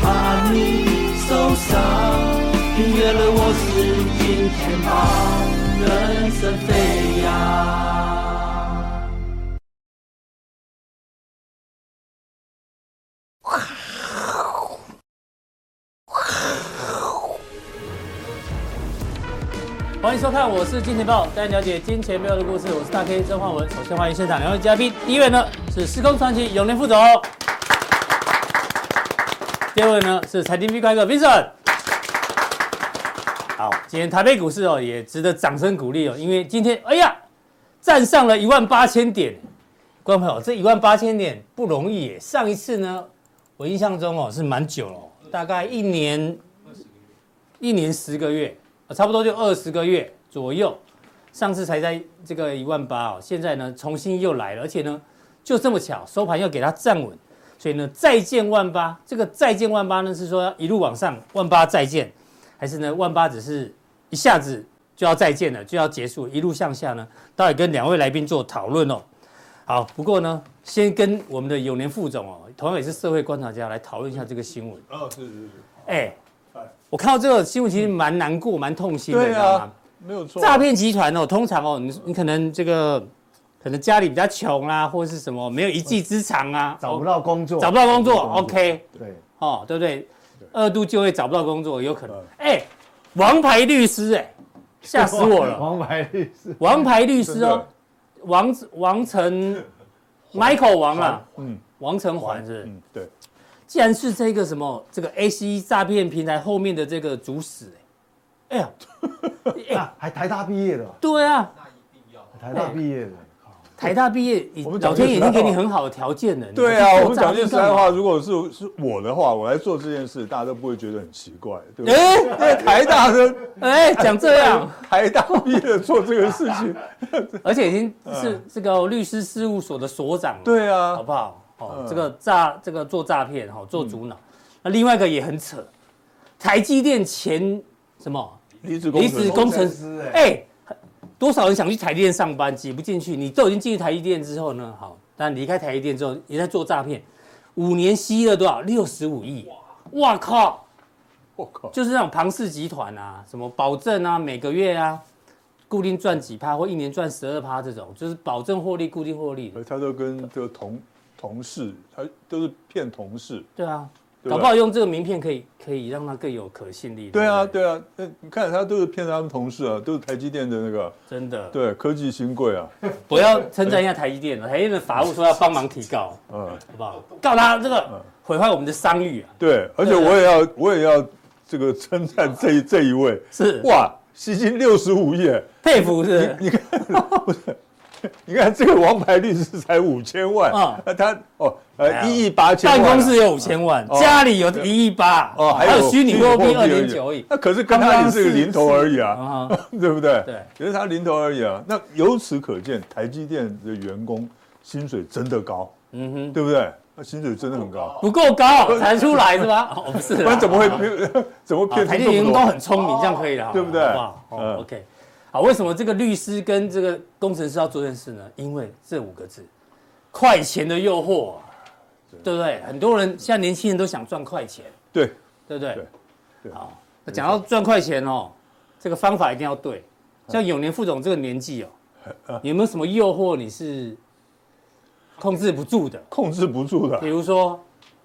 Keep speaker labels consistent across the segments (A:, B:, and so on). A: 怕你受伤。原谅我是今天吧，人生飞扬。
B: 欢迎收看，我是金钱豹，带你了解金钱背后的故事。我是大 K 曾焕文。首先欢迎现场两位嘉宾，第一位呢是时空传奇永联副总，第二位呢是财经 B 快客 Vincent。好，今天台北股市哦也值得掌声鼓励哦，因为今天哎呀站上了一万八千点，观众朋友这一万八千点不容易耶。上一次呢我印象中哦是蛮久了哦、大概一年一年十个月，啊差不多就二十个月左右。上次才在这个一万八哦，现在呢重新又来了，而且呢就这么巧，收盘又给它站稳，所以呢再见万八，这个再见万八呢是说要一路往上，万八再见，还是呢万八只是一下子就要再见了，就要结束，一路向下呢，待会跟两位来宾做讨论哦。好，不过呢，先跟我们的永年副总哦，同样也是社会观察家来讨论一下这个新闻。
C: 哦，是是是，
B: 哎、我看到这个新闻其实蛮难过、蛮、痛心的，你
C: 对
B: 知道
C: 啊
B: 吗？，
C: 没有错啊。
B: 诈骗集团哦，通常哦，你你可能这个可能家里比较穷啦、或者是什么没有一技之长啊，
D: 找不
B: 到、
D: 到工作，
B: 找不到工作，OK
D: 对，
B: 哦，对不对？二度就业找不到工作有可能
C: 嗯。
B: 哎、王牌律师哎、吓死我了！
D: 黄牌律师，
B: 王牌律师
C: 真
B: 哦
C: 的，
B: 王王成 Michael 王啊，
C: 嗯，
B: 王成环是不是。
C: 嗯，对，
B: 既然是这个什么这个 A C 诈骗平台后面的这个主使、哎呀，哎呀，
D: 啊，还台大毕业的，
B: 对啊，
D: 台大毕业的，
B: 台大毕业，已
C: 我们
B: 老
C: 讲
B: 天已
C: 句实
B: 经
C: 在
B: 给你
C: 话
B: 很好的条件了。你
C: 对
B: 还
C: 啊，
B: 去
C: 我
B: 做
C: 们
B: 诈
C: 讲句
B: 骗
C: 实在
B: 干嘛
C: 话，如果是是我的话，我来做这件事，大家都不会觉得很奇怪，对不对？
B: 哎
C: 因为台大的
B: 哎，讲这 样，
C: 台大毕业的做这个事 情，
B: 而且已经是这个律师事务所的所长了，
C: 嗯对啊
B: 好，不好？哦，
C: 嗯
B: 这个诈这个做诈骗，哈，做主脑。那另外一个也很扯，台积电前什么
C: 离职
B: 离
C: 工
B: 职
C: 程，
B: 工程
D: 工程师
B: 师，
D: 哎
B: 哎，多少人想去台积电上班，挤不进去。你都已经进去台积电之后呢，好，但离开台积电之后也在做诈骗，五年吸了多少？六十五亿，哇靠！
C: 我靠，
B: 就是那种庞氏集团啊，什么保证啊，每个月啊，固定赚几趴或一年赚十二趴这种，就是保证获利、固定获利的。
C: 他都跟这个同同事，他都是骗同事，
B: 对啊，
C: 对
B: 搞
C: 吧
B: 不好用这个名片可以可以让它更有可信力。
C: 对啊，
B: 不，
C: 对啊，那你看他都是骗他们同事啊，都是台积电的那个，
B: 真的。
C: 啊对，科技新贵啊，
B: 我要称赞一下台积电了，台积电的法务说要帮忙提告，
C: 嗯。
B: 好不好？告他这个毁坏我们的商誉啊，
C: 对，而且
B: 对啊
C: 我也要，我也要这个称赞这一这一位，
B: 啊是
C: 哇，吸金六十五亿，
B: 佩服是不是
C: 你看，不是，你看这个王牌律师才五千万，
B: 啊
C: 啊，他哦，
B: 哎呀
C: 呃，一亿八千万
B: 办
C: 啊，
B: 公室有五千万，
C: 哦
B: 家里有一亿八，
C: 哦，
B: 还有虚拟货币二点九
C: 而已
B: 亿。
C: 那可是跟
B: 刚
C: 他
B: 刚
C: 也是个
B: 是
C: 零头而已啊，
B: 啊，
C: 对不对？
B: 对，
C: 也是他零头而已啊。那由此可见，台积电的员工薪水真的高，
B: 嗯哼，啊
C: 对不对？那薪水真的很高，
B: 不够 高才出来是吧？哦，不是啦，
C: 不然怎么会 骗？怎么
B: 啊，
C: 骗出
B: 台积
C: 这
B: 电员
C: 么
B: 工都
C: 多？
B: 很聪明，这样可以了，
C: 对不对
B: 好不好？哦
C: 嗯
B: ，OK。好，为什么这个律师跟这个工程师要做这件事呢？因为这五个字，快钱的诱惑啊，对不对？很多人现在年轻人都想赚快钱，
C: 对，
B: 对不对？
C: 对对
B: 好，那讲到赚快钱哦，这个方法一定要对。
C: 嗯
B: 像永年副总这个年纪哦，有没有什么诱惑你是控制不住的？
C: 控制不住的
B: 比。如说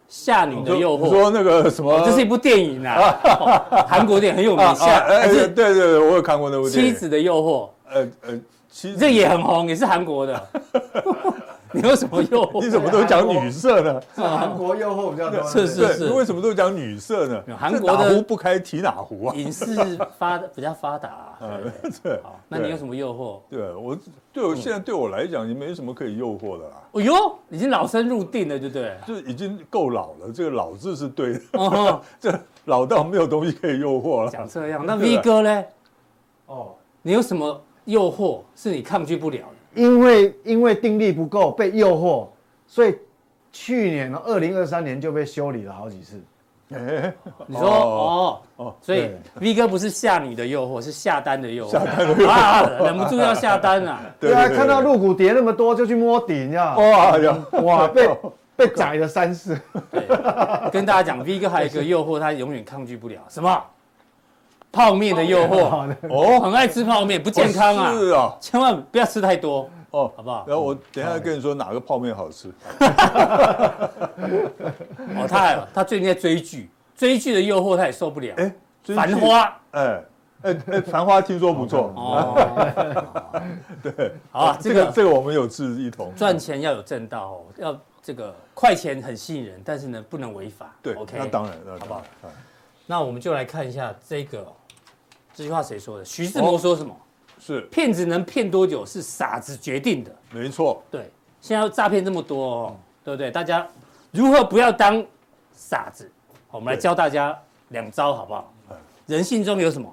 B: 下女的诱
C: 你
B: 惑，
C: 说那个什么？
B: 哦，这是一部电影 啊，哦韩国电影很有
C: 啊
B: 名，
C: 啊
B: 下
C: 哎，
B: 还
C: 对
B: 是
C: 对对，我有看过那部电
B: 妻
C: 影。
B: 子的诱惑，
C: 呃呃，妻子
B: 这也很红，也是韩国 的。你有什么诱惑？
C: 你怎么都讲女色呢？
D: 是韩国诱惑比较多，
B: 是是
C: 对，你为什么都讲女色呢？
B: 韩国
C: 这哪
B: 的
C: 壶不开提哪壶啊！
B: 影视发比较发达啊？对不对
C: 对
B: 好，那你有
C: 对
B: 什么诱惑？
C: 对我对我现在对我来讲，也没什么可以诱惑的啦，
B: 哦哟，已经老生入定了，对不 对？
C: 就已经够老了。这个老字是对的，
B: 哦吼，
C: 这老到没有东西可以诱惑了。
B: 讲这样，哦那
C: 对
B: V 哥呢？
D: 哦，
B: 你有什么诱惑是你抗拒不了的？
D: 因为因为定力不够，被诱惑，所以去年二零二三年就被修理了好几次。
C: 哎，
B: 你说哦
C: 哦
B: 所以
D: 对
B: V 哥不是下女的诱惑，是下单的诱惑。下单的诱惑啊，忍不住要下单啊！
D: 哎
B: 哦
D: 对啊，看到入股跌那么多就去摸底，你知道吗？
C: 哎哇呀，
D: 哇，被被宰了三次，
B: 对跟大家讲，V 哥还有一个诱惑，他永远抗拒不了，什么？泡面的诱惑，哦， 很爱吃泡面，不 健康啊，
C: 是啊，
B: 千万不要吃太多。
C: 哦，
B: 好不好
C: 然后我等一下跟你说哪个泡面好吃。
B: 哦，他还有他最近在追剧，追剧的诱惑他也受不了。
C: 哎，最近
B: 繁花，
C: 哎哎哎，繁花听说不错，
B: 哦，
C: 对，
B: 好啊，这
C: 这个
B: 个
C: 这个我们有志一同。
B: 赚钱要有正道哦，要这个快钱很吸引人，但是呢不能违法。
C: 对
B: ，OK，
C: 那当然，那
B: 好
C: 当
B: 不好
C: 然？哎
B: 那我们就来看一下这个哦，这句话谁说的？徐志摩说什么？
C: 是
B: 骗子能骗多久是傻子决定的。
C: 没错，
B: 对，现在诈骗这么多哦，对不对？大家如何不要当傻子？好我们来
C: 对
B: 教大家两招，好不好？
C: 嗯
B: 人性中有什么？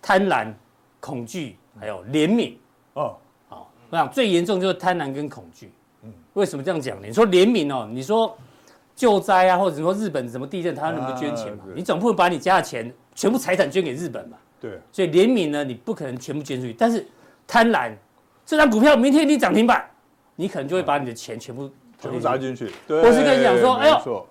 B: 贪婪、恐惧，还有怜悯。
C: 哦，
B: 好，我想最严重就是贪婪跟恐惧。
C: 嗯
B: 为什么这样讲呢？你说怜悯哦，你说救灾啊，或者你说日本什么地震，他们不捐钱嘛
C: 啊？对
B: 你总不能把你家的钱全部财产捐给日本吧？
C: 对，
B: 所以怜悯呢，你不可能全部捐出去，但是贪婪，这张股票明天一定涨停板，你可能就会把你的钱全部
C: 全部砸，进去。对，
B: 或是跟你讲说哎呦
C: 没错，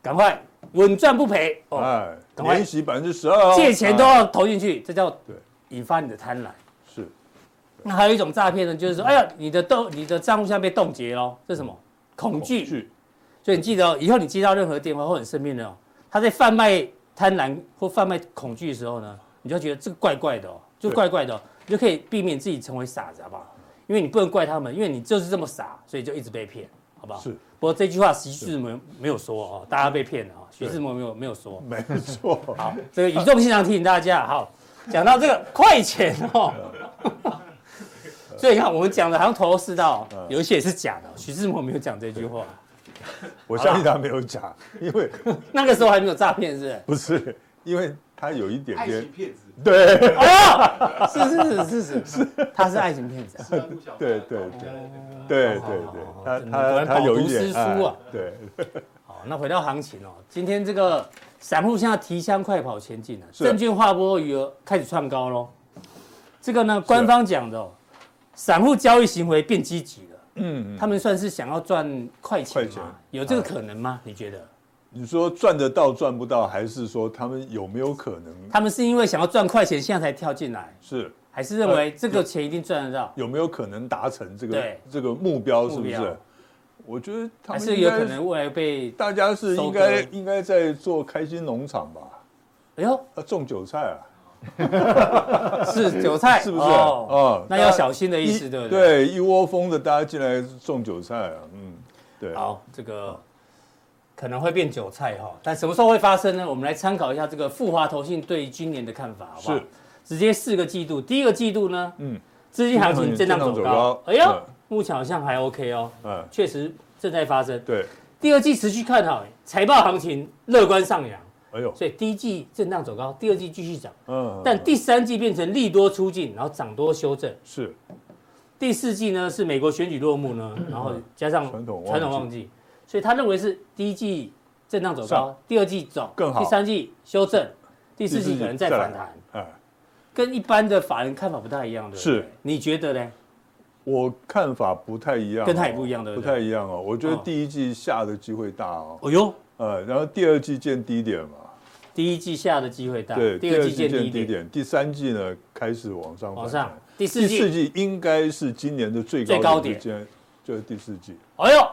B: 赶快稳赚不赔哦，
C: 哎，
B: 赶快
C: 年息百分之十二，
B: 借钱都
C: 哎
B: 要投进去，这叫
C: 对
B: 引发你的贪婪。
C: 是
B: 那还有一种诈骗呢，就是说，哎呀，你的冻你的账户现在被冻结喽，这是什么？恐惧。所以你记得哦，以后你接到任何电话或者身边人哦，他在贩卖贪婪或贩卖恐惧的时候呢，你就觉得这个怪怪的哦，就
C: 对
B: 怪怪的、哦，你就可以避免自己成为傻子，好不好？因为你不能怪他们，因为你就是这么傻，所以就一直被骗，好不好？
C: 是
B: 不过这句话徐志摩没有说哦，大家被骗了啊、哦，徐志摩没有没有说。
C: 没错，
B: 好，这个语重心长提醒大家，好，讲到这个快钱哦，所以你看我们讲的好像头头是道哦，有一些也是假的哦，徐志摩没有讲这句话。
C: 我相信他没有假，因 为？
B: 那个时候还没有诈骗，是不是
C: 不是，因为他有一点
E: 爱
C: 点
E: 情骗子，
C: 对
B: 哦，是是是是 是，他是爱情骗子啊、
E: 是啊陆小
C: 对
E: 曼
C: 对
E: 老人家的那个
C: 对对对，他
B: 真的果
C: 他
B: 然
C: 他
B: 饱
C: 有一
B: 读诗
C: 点
B: 书
C: 哎
B: 啊
C: 对，
B: 好，那回到行情哦，今天这个散户现在提箱快跑前进了，啊
C: 是
B: 证券划拨余额开始创高喽。这个呢，官方讲的、哦，散户交易行为变积极了，
C: 嗯，
B: 他们算是想要赚快钱
C: 快
B: 吗？
C: 钱啊
B: 有这个可能吗？你觉得？
C: 你说赚得到赚不到，还是说他们有没有可能
B: 他们是因为想要赚快钱，现在才跳进来，
C: 是
B: 还是认为
C: 啊
B: 这个钱一定赚得到？
C: 有没有可能达成这个
B: 对
C: 这个目标？是不
B: 目
C: 是
B: 标？
C: 我觉得他
B: 还
C: 们
B: 是
C: 应
B: 有可
C: 该
B: 能未来被……
C: 大家是应该应该在做开心农场吧？
B: 哎呦，
C: 要种韭菜啊，
B: 是韭菜，
C: 是不是？
B: 哦
C: 哦
B: 那要小心的意思，
C: 一
B: 对不对？
C: 对，一窝蜂的大家进来种韭菜啊，嗯，对，
B: 好，这个可能会变韭菜哈、但什么时候会发生呢？我们来参考一下这个富华投信对今年的看法，好不好？
C: 是
B: 直接四个季度，第一个季度呢，
C: 嗯
B: 资金行情震荡走
C: 震荡走
B: 高
C: 高，
B: 哎呦
C: 对，
B: 目前好像还 OK 哦，
C: 嗯，
B: 确实正在发生。
C: 对，
B: 第二季持续看好，财报行情乐观上扬，
C: 哎呦，
B: 所以第一季震荡走高，第二季继续涨，
C: 嗯，
B: 但第三季变成利多出尽，然后涨多修正。
C: 是
B: 第四季呢是美国选举落幕呢，然后加上
C: 传统旺季
B: 传统旺季，所以他认为是第一季震荡走高
C: 上，
B: 第二季走
C: 嗯更好
B: 第三季修正，第四
C: 第四
B: 季
C: 季
B: 可能再
C: 再来
B: 反弹，
C: 哎，
B: 跟一般的法人看法不太一样的。
C: 是，
B: 你觉得呢？
C: 我看法不太一样哦，
B: 跟他也不一样对不
C: 不
B: 对
C: 太一样哦。我觉得
B: 哦
C: 第一季下的机会大哦，
B: 哦呦，
C: 呃，然后第二季见低点嘛，
B: 第一季下的机会大，
C: 对，
B: 啊第二季见低
C: 低
B: 点，
C: 点，第三季呢开始往上
B: 往
C: 反
B: 上
C: 弹，，
B: 第
C: 第
B: 四
C: 四
B: 季，
C: 季应该是今年的最
B: 最
C: 高
B: 高
C: 的
B: 点
C: 时间，就是第四季。
B: 哎呦，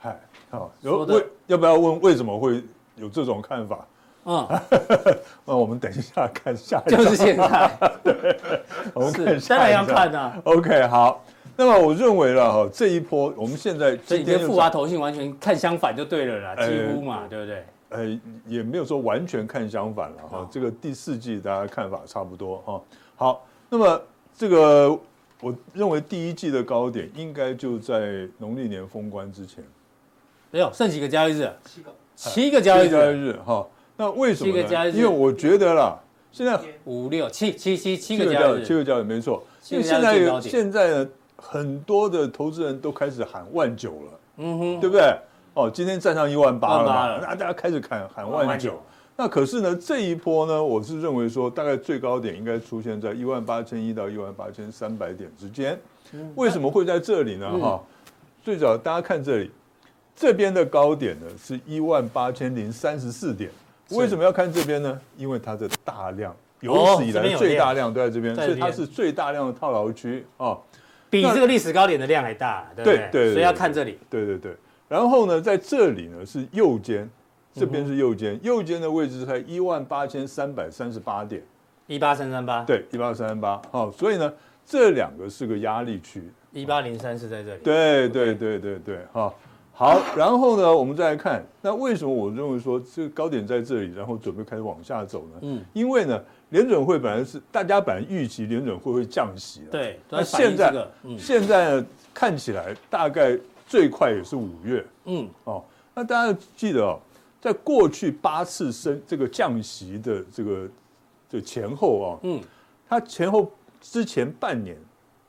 C: 嗨，好，有
B: 说得
C: 为要不要问为什么会有这种看法？哎
B: 嗯，
C: 那我们等一下看下一
B: 就
C: 章，
B: 是现在，
C: 我们看
B: 是，
C: 下
B: 当然要
C: 一章。
B: 看啊。
C: OK，好。那么我认为了哈，这一波我们现在
B: 所以
C: 今
B: 你
C: 天
B: 跟
C: 又
B: 富华投信完全看相反就对了啦，
C: 哎
B: 几乎嘛，对不对？
C: 呃，也没有说完全看相反了哈、
B: 哦
C: 这个第四季大家看法差不多哈、好，那么这个我认为第一季的高点应该就在农历年封关之前，
B: 哎呦，剩几个交易日？
C: 哎
E: 七个
B: 七个交易
C: 七个交
B: 日
C: 易。日哈、那为什
B: 七
C: 么
B: 个交易
C: 呢？
B: 日
C: 因为我觉得啦，现在
E: 天
B: 五六七七七七个交易
C: 七
B: 日，
C: 个交易没错，
B: 七
C: 因
B: 个
C: 为
B: 交易日
C: 现
B: 最高
C: 在
B: 点
C: 现在呢很多的投资人都开始喊万九了，
B: 嗯哼，
C: 对不对？哦，今天站上一万八了嘛，
B: 18,000了
C: 那大家开始喊喊
B: 万
C: 万九。，那可是呢，这一波呢，我是认为说，大概最高点应该出现在一万八千一到一万八千三
B: 嗯
C: 百点之间。为什么会在这里呢？哈、最早大家看这里，这边的高点呢是一万八千零三十四点。为什么要看这边呢？因为它的大量有史以
B: 哦这边
C: 来
B: 有
C: 最
B: 量
C: 大量都在这边，
B: 在
C: 所
B: 这
C: 以
B: 边
C: 它是最大量的套牢区哦。
B: 比
C: 那
B: 这个历史高点的量还大，对不
C: 对对对
B: 所以要看这里，
C: 对对对，然后呢，在这里呢是右肩，这边是右肩，右肩的位置在一万八千三百三十八点，
B: 一八三三八，，
C: 对，一八三八，哦，所以呢，这两个是个压力区，
B: 一八零三是在这里，
C: 对对对对对，哈、好，然后呢，我们再来看，那为什么我认为说这个高点在这里，然后准备开始往下走呢？
B: 嗯
C: 因为呢，联准会本来是大家本来预期联准会会降息的，
B: 对，都
C: 那
B: 在反映
C: 现在、
B: 这个，嗯
C: 现在呢看起来大概最快也是五月，
B: 嗯，
C: 哦，那大家记得哦，在过去八次升这个降息的这个这前后啊、哦，
B: 嗯，
C: 它前后之前半年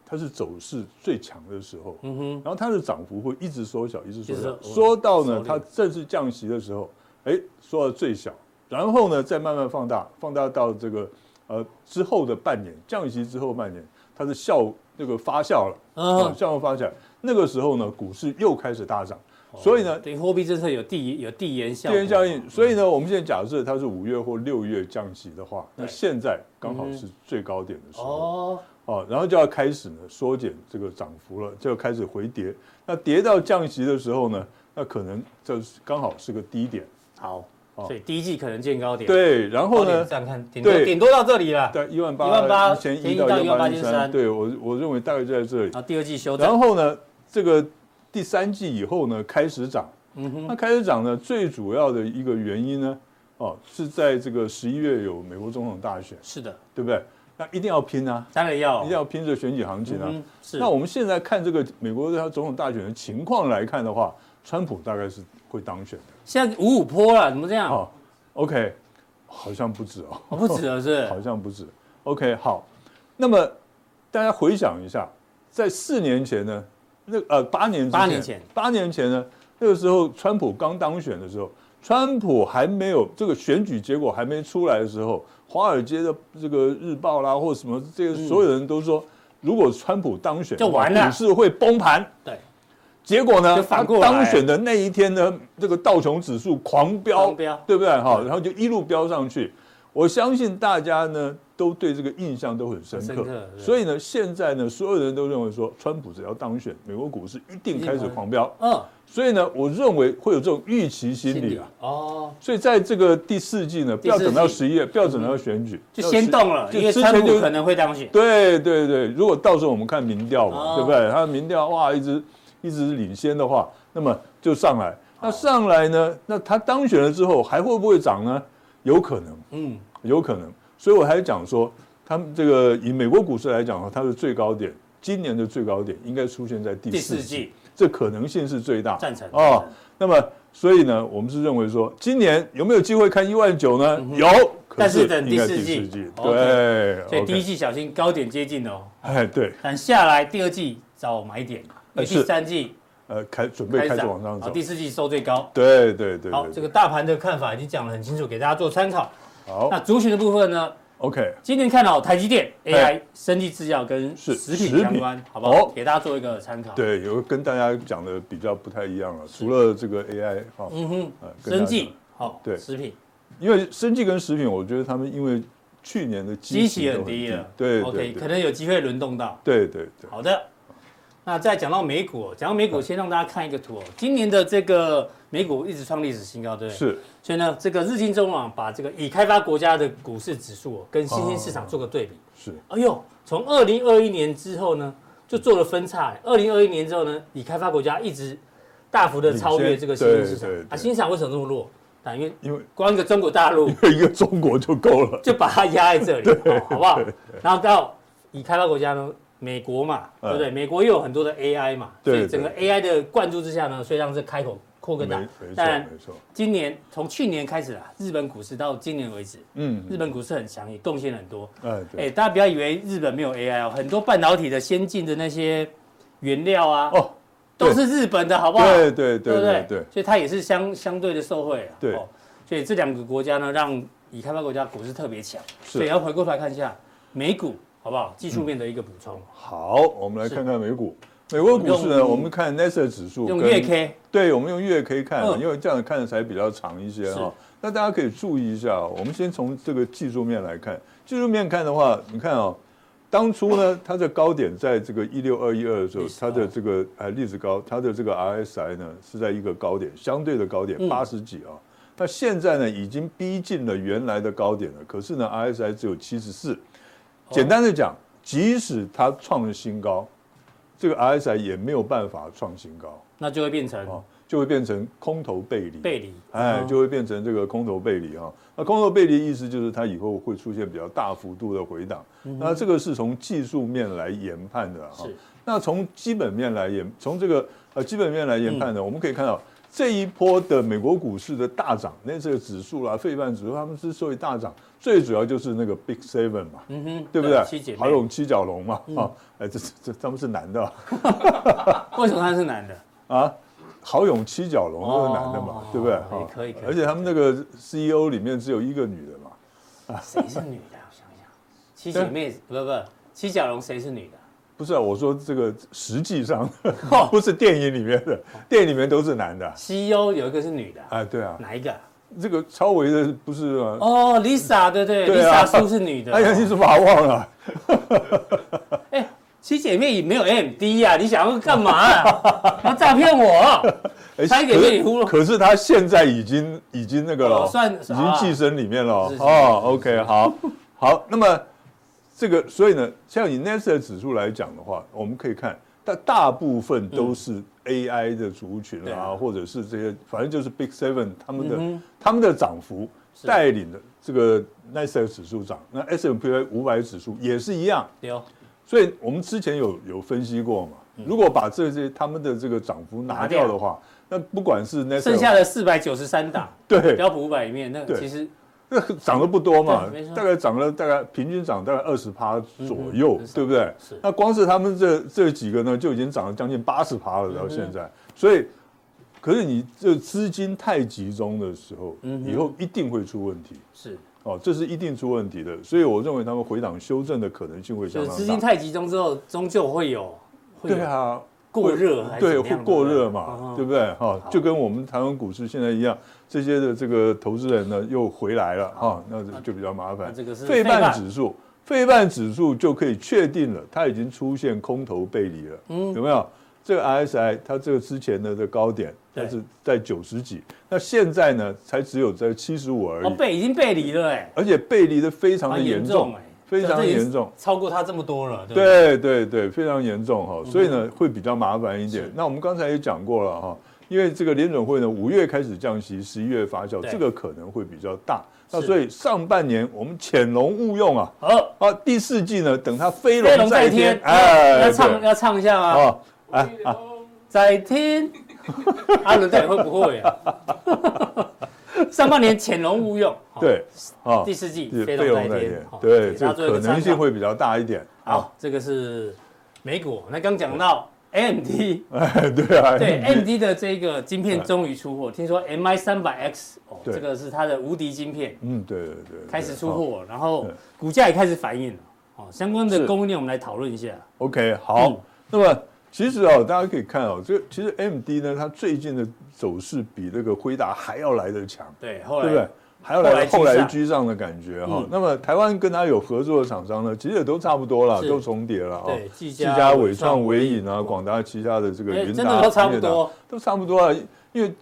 C: 它是走势最强的时候，
B: 嗯哼，
C: 然后它的涨幅会一直缩小，一直缩
B: 一直
C: 小，
B: 缩
C: 缩到
B: 收
C: 呢
B: 敛
C: 它正式降息的时候，哎，缩到最小，然后呢再慢慢放大，放大到这个呃之后的半年降息之后半年，它是效那个发酵了，
B: 嗯
C: 啊，效用发酵，那个时候呢股市又开始大涨，所以呢
B: 哦对货币政策有递有递延效嗯
C: 地
B: 果，
C: 缘效应。所以呢，我们现在假设它是五月或六月降息的话，那现在刚好是最高点的时候
B: 嗯哦，
C: 哦，然后就要开始呢缩减这个涨幅了，就要开始回跌。那跌到降息的时候呢，那可能这是刚好是个低点。
B: 好，
C: 哦
B: 所以第一季可能见高点，，
C: 对，然后呢
B: 这，样看顶多
C: 对
B: 顶多到这里了，
C: 在一万
B: 18,000
C: 八千
B: 前
C: 一
B: 一
C: 到
B: 到
C: 一万八千
B: 18,300
C: 三，对我我认为大概就在这里。
B: 然后第二季修正，
C: 然后呢，这个第三季以后呢开始涨，那开始涨呢，最主要的一个原因呢，哦，是在这个十一月有美国总统大选，
B: 是的，
C: 对不对？那一定要拼啊，
B: 当然要
C: 一定要拼这选举行情啊。
B: 嗯哼是，
C: 那我们现在看这个美国的总统大选的情况来看的话，川普大概是会当选的
B: 现在五五坡了，怎么这样？
C: 哦。OK，好像不止哦，
B: 我不止了是
C: 好像不止。OK，好，那么大家回想一下，在四年前呢，那呃八年之
B: 八年前，
C: 八年前呢，那个时候川普刚当选的时候，川普还没有这个选举结果还没出来的时候，华尔街的这个日报啦或什么这些所有人都说，如果川普当选的
B: 嗯
C: 话，
B: 就完了
C: 股市会崩盘。
B: 对，
C: 结果呢
B: 就，反
C: 他
B: 过来
C: 当选的那一天呢，这个道琼指数狂飙，
B: 狂飙
C: 对不对？哈，然后就一路飙上去。我相信大家呢都对这个印象都很深
B: 很
C: 刻
B: 深刻，对
C: 所以呢，现在呢，所有人都认为说，川普只要当选，美国股市一定开始狂飙。
B: 嗯，
C: 所以呢，我认为会有这种预期心
B: 心
C: 理
B: 里
C: 啊。
B: 哦，
C: 所以在这个第四季呢，不要
B: 第四季
C: 等到十一月，不要等到选举，
B: 就先动了，
C: 就
B: 因为
C: 之
B: 川
C: 前
B: 普
C: 就
B: 可能会当选，
C: 对对对，如果到时候我们看民调嘛，
B: 哦
C: 对不对？他的民调哇，一直一直领先的话，那么就上来。那上来呢？那他当选了之后还会不会涨呢？有可能，
B: 嗯，
C: 有可能。所以我还讲说，他们这个以美国股市来讲啊，它的最高点，今年的最高点应该出现在第
B: 第
C: 四
B: 四
C: 季，
B: 季
C: 这可能性是最大。
B: 赞成
C: 哦。那么，所以呢，我们是认为说，今年有没有机会看一万九呢？有，可
B: 嗯但是等
C: 应该
B: 第四季，OK
C: 对，
B: 所以
C: OK
B: 第一季小心高点接近哦，
C: 哎 对。
B: 等下来第二季找买点，因为第
C: 哎是
B: 三季
C: 呃，开准备开始
B: 涨
C: 往上
B: 啊好
C: 走
B: 第。四季收最高。
C: 对对对，
B: 好，
C: 对
B: 这个大盘的看法已经讲得很清楚，给大家做参考。
C: 好
B: 那族群的部分呢？
C: ，OK，
B: 今年看好台积电、AI
C: 哎、
B: 生技制药跟
C: 是
B: 食品
C: 食品
B: 相关，好不好？
C: 好
B: 给大家做一个参考。，
C: 对，有跟大家讲的比较不太一样了，除了这个 AI 哈、
B: 嗯哼，
C: 呃跟
B: 生
C: 大家
B: 技好，
C: 对
B: 食品
C: 因为生技跟食品，我觉得他们因为去年的
B: 基
C: 基
B: 期
C: 期
B: 很
C: 都
B: 低了，
C: 对对
B: ，OK，可
C: 对，
B: 能有机会轮动到。
C: 对对对，
B: 好的，那再讲到美股哦，讲到美
C: 哎
B: 股，先让大家看一个图哦。今年的这个美股一直创历史新高，对不对？。
C: 是
B: 所以呢，这个日经中网把这个已开发国家的股市指数、哦、跟新兴市场做个对比。
C: 是，
B: 哎呦，从二零二一年之后呢，就做了分叉。欸二零二一年之后呢，已开发国家一直大幅的超越这个新兴市场
C: 领先对对
B: 啊。
C: 对
B: 新兴市场为什么这么弱？啊，因为
C: 因为
B: 光一个中国大陆
C: 一个中国就够了，
B: 就把它压在这里，哦好不好？然后到已开发国家呢，美国嘛，对不对？美国又有很多的 AI 嘛，所
C: 嗯对
B: 以整个 AI 的灌注之下呢，所以让这开口扩
C: 没
B: 更大
C: 没。错
B: 当然，
C: 没错，
B: 今年从去年开始啊，日本股市到今年为止，
C: 嗯，
B: 日本股市很强，也贡献很多。
C: 哎
B: 哎、
C: 对，
B: 大家不要以为日本没有 AI 哦，很多半导体的先进的那些原料啊，
C: 哦，
B: 都是日本的，好不好？
C: 对对对
B: 不
C: 对对，
B: 所以它也是相相对的受惠啊。
C: 对
B: 所以这两个国家呢，让已开发国家股市特别强。
C: 是
B: 所以要回
C: 嗯
B: 过头来看一下美股，好不好？技术面的一个补充，
C: 好，我们来看看美股。美国股市呢，
B: 用
C: 我们看 n a s a 指数，
B: 用月 K
C: 对，我们用月 K 看，
B: 嗯
C: 因为这样看的才比较长一些
B: 是
C: 哈、那大家可以注意一下哦，我们先从这个技术面来看，技术面看的话，你看哦，当初呢，它的高点在这个一六二一二的时候
B: 历史，高
C: 它的这个呃历史高，它的这个 RSI 呢是在一个高点，相对的高点
B: 嗯
C: 八十几啊、那现在呢已经逼近了原来的高点了，可是呢 RSI 只有七十四。
B: 哦
C: 简单的讲，即使它创了新高，这个 RSI 也没有办法创新高。
B: 那就会变成
C: 哦，就会变成空头背离。
B: 背离
C: 哎
B: 哦，
C: 就会变成这个空头背离啊。那空头背离意思就是它以后会出现比较大幅度的回档。那这个是从技术面来研判的哈
B: 嗯是。
C: 那从基本面来研，从这个呃基本面来研
B: 嗯
C: 判呢，我们可以看到这一波的美国股市的大涨，那这个指数啦、费半指数，他们之所以大涨，最主要就是那个 Big Seven 嘛，
B: 嗯哼，
C: 对不对？
B: 七姐妹嗯
C: 华，永七角龙嘛，啊，哎，这这这他们是男的啊。
B: 为什么他是男的？
C: 啊，郝勇七角龙那
B: 哦
C: 个男的嘛，对不对？
B: 可以
C: 哈
B: 可以可以
C: 而且他们那个 CEO 里面只有一个女的嘛，
B: 谁是女的？我想想，七姐妹不不，七角龙谁是女的？
C: 不是啊？我说这个实 际上
B: 哦
C: 不是电影里面的，电影里面都是男的。
B: 西欧有一个是女的啊，
C: 啊，对啊，
B: 哪一个啊？
C: 这个超维的不是吗？
B: 哦，Lisa 对不对
C: 对啊
B: ，Lisa 叔是女的。
C: 哎呀，你怎么把我忘了？
B: 哎，七姐妹也没有 AMD 啊，你想要干嘛 啊？要诈骗我？
C: 哎
B: 差一点
C: 可是
B: 被你忽略
C: 可是他现在已经已经那个了，
B: 哦算
C: 已
B: 是
C: 经寄生里面了
B: 是是
C: 哦。OK，好，好，那么这个，所以呢，像以 NASA 指数来讲的话，我们可以看，但大部分都是 AI 的族群
B: 对
C: 啊，
B: 啊
C: 或者是这些，反正就是 Big Seven 他们的、
B: 嗯哼
C: 他们的涨幅带领的这个 NASA 指数涨，那 S&P 五百指数也是一样。
B: 刘
C: 所以我们之前有有分析过嘛，
B: 嗯
C: 如果把这些他们的这个涨幅拿掉的话，那不管是 n e s
B: 剩
C: a
B: 下的四百九十三档，
C: 对，
B: 标普五百里面那个
C: 对
B: 其实
C: 那涨得不多嘛
B: 对没错，
C: 大概涨了大概平均涨大概二十趴左右
B: 嗯嗯，
C: 对不对
B: 是？
C: 那光是他们这这几个呢，就已经涨了将近八十趴
B: 嗯
C: 了，到现在。所以，可是你这资金太集中的时候，
B: 嗯
C: 以后一定会出问题
B: 是
C: 哦，这是一定出问题的。所以我认为他们回档修正的可能性会
B: 就
C: 相
B: 是
C: 当大。
B: 资金太集中之后，终究会有会有
C: 对啊，
B: 过热还是
C: 对，
B: 怎么
C: 会
B: 样
C: 过热
B: 嗯
C: 嘛
B: 哼，
C: 对不对？哈，就跟我们台湾股市现在一样，这些的这个投资人呢又回来了哈，那就比较麻
B: 那
C: 烦。
B: 这个是
C: 费
B: 费
C: 半
B: 半
C: 指数，费半指数就可以确定了，它已经出现空头背离了，
B: 嗯
C: 有没有？这个 RSI 它这个之前的这个高点，它
B: 对
C: 是在九十几，那现在呢才只有在七十五而
B: 哦
C: 已，
B: 背已经背离了哎，
C: 而且背离的非常的
B: 蛮
C: 严
B: 严
C: 重
B: 重哎，，
C: 非
B: 这
C: 常
B: 已经
C: 严重。
B: 超过它这么多了，对不对嗯
C: 对对对，非常严重哈，所以呢会比较麻烦一点
B: 是。
C: 那我们刚才也讲过了哈，因为这个联准会呢五月开始降息，十一月发酵，
B: 对
C: 这个可能会比较大。那
B: 是
C: 所以上半年我们潜龙勿用啊，
B: 好，
C: 啊第四季呢等它飞
B: 飞
C: 龙
B: 龙
C: 在
B: 在天，，
C: 天
B: 哦
C: 哎，
B: 要唱哦
C: 对
B: 要唱一下吗？
C: 啊啊啊，
B: 在 天，阿伦到底会不会啊？ 上半年潜龙勿用，好，
C: 对啊
B: 第，四季
C: 是
B: 飞
C: 飞
B: 龙在
C: 龙在
B: 天
C: 天，
B: 好
C: 对，
B: 给大家
C: 这个
B: 做一
C: 可
B: 个参
C: 能性
B: 考
C: 会比较大一点。啊，
B: 好，这个是美股，那刚讲到 AMD。
C: 哎， 对啊，
B: 对，AMD 的这个晶片终于出货，听说 MI 三百 X 哦，
C: 对
B: 这个是它的无敌晶片
C: 嗯，对对对，
B: 开始出
C: 对。
B: 货，然后
C: 对
B: 股价也开始反应了。哦，相关的
C: 是
B: 供应链我们来讨论一下。
C: OK，好，
B: 嗯
C: 那么其实哦，大家可以看哦，这个其实 MD 呢，它最近的走势比那个辉达还要来得强，
B: 对，后
C: 对不对
B: 来？
C: 还要来
B: 后
C: 后
B: 来居上
C: 来居上的感觉哈、
B: 嗯
C: 那么台湾跟它有合作的厂商呢，其实也都差不多了，
B: 是
C: 都重叠了啊、哦
B: 对。技
C: 技
B: 嘉
C: 嘉、伟创、
B: 伟嗯
C: 伟影啊，广达旗下的这个
B: 哎
C: 云
B: 真的
C: 达、
B: 都差不
C: 英业达
B: 多，
C: 都差不多啊，因为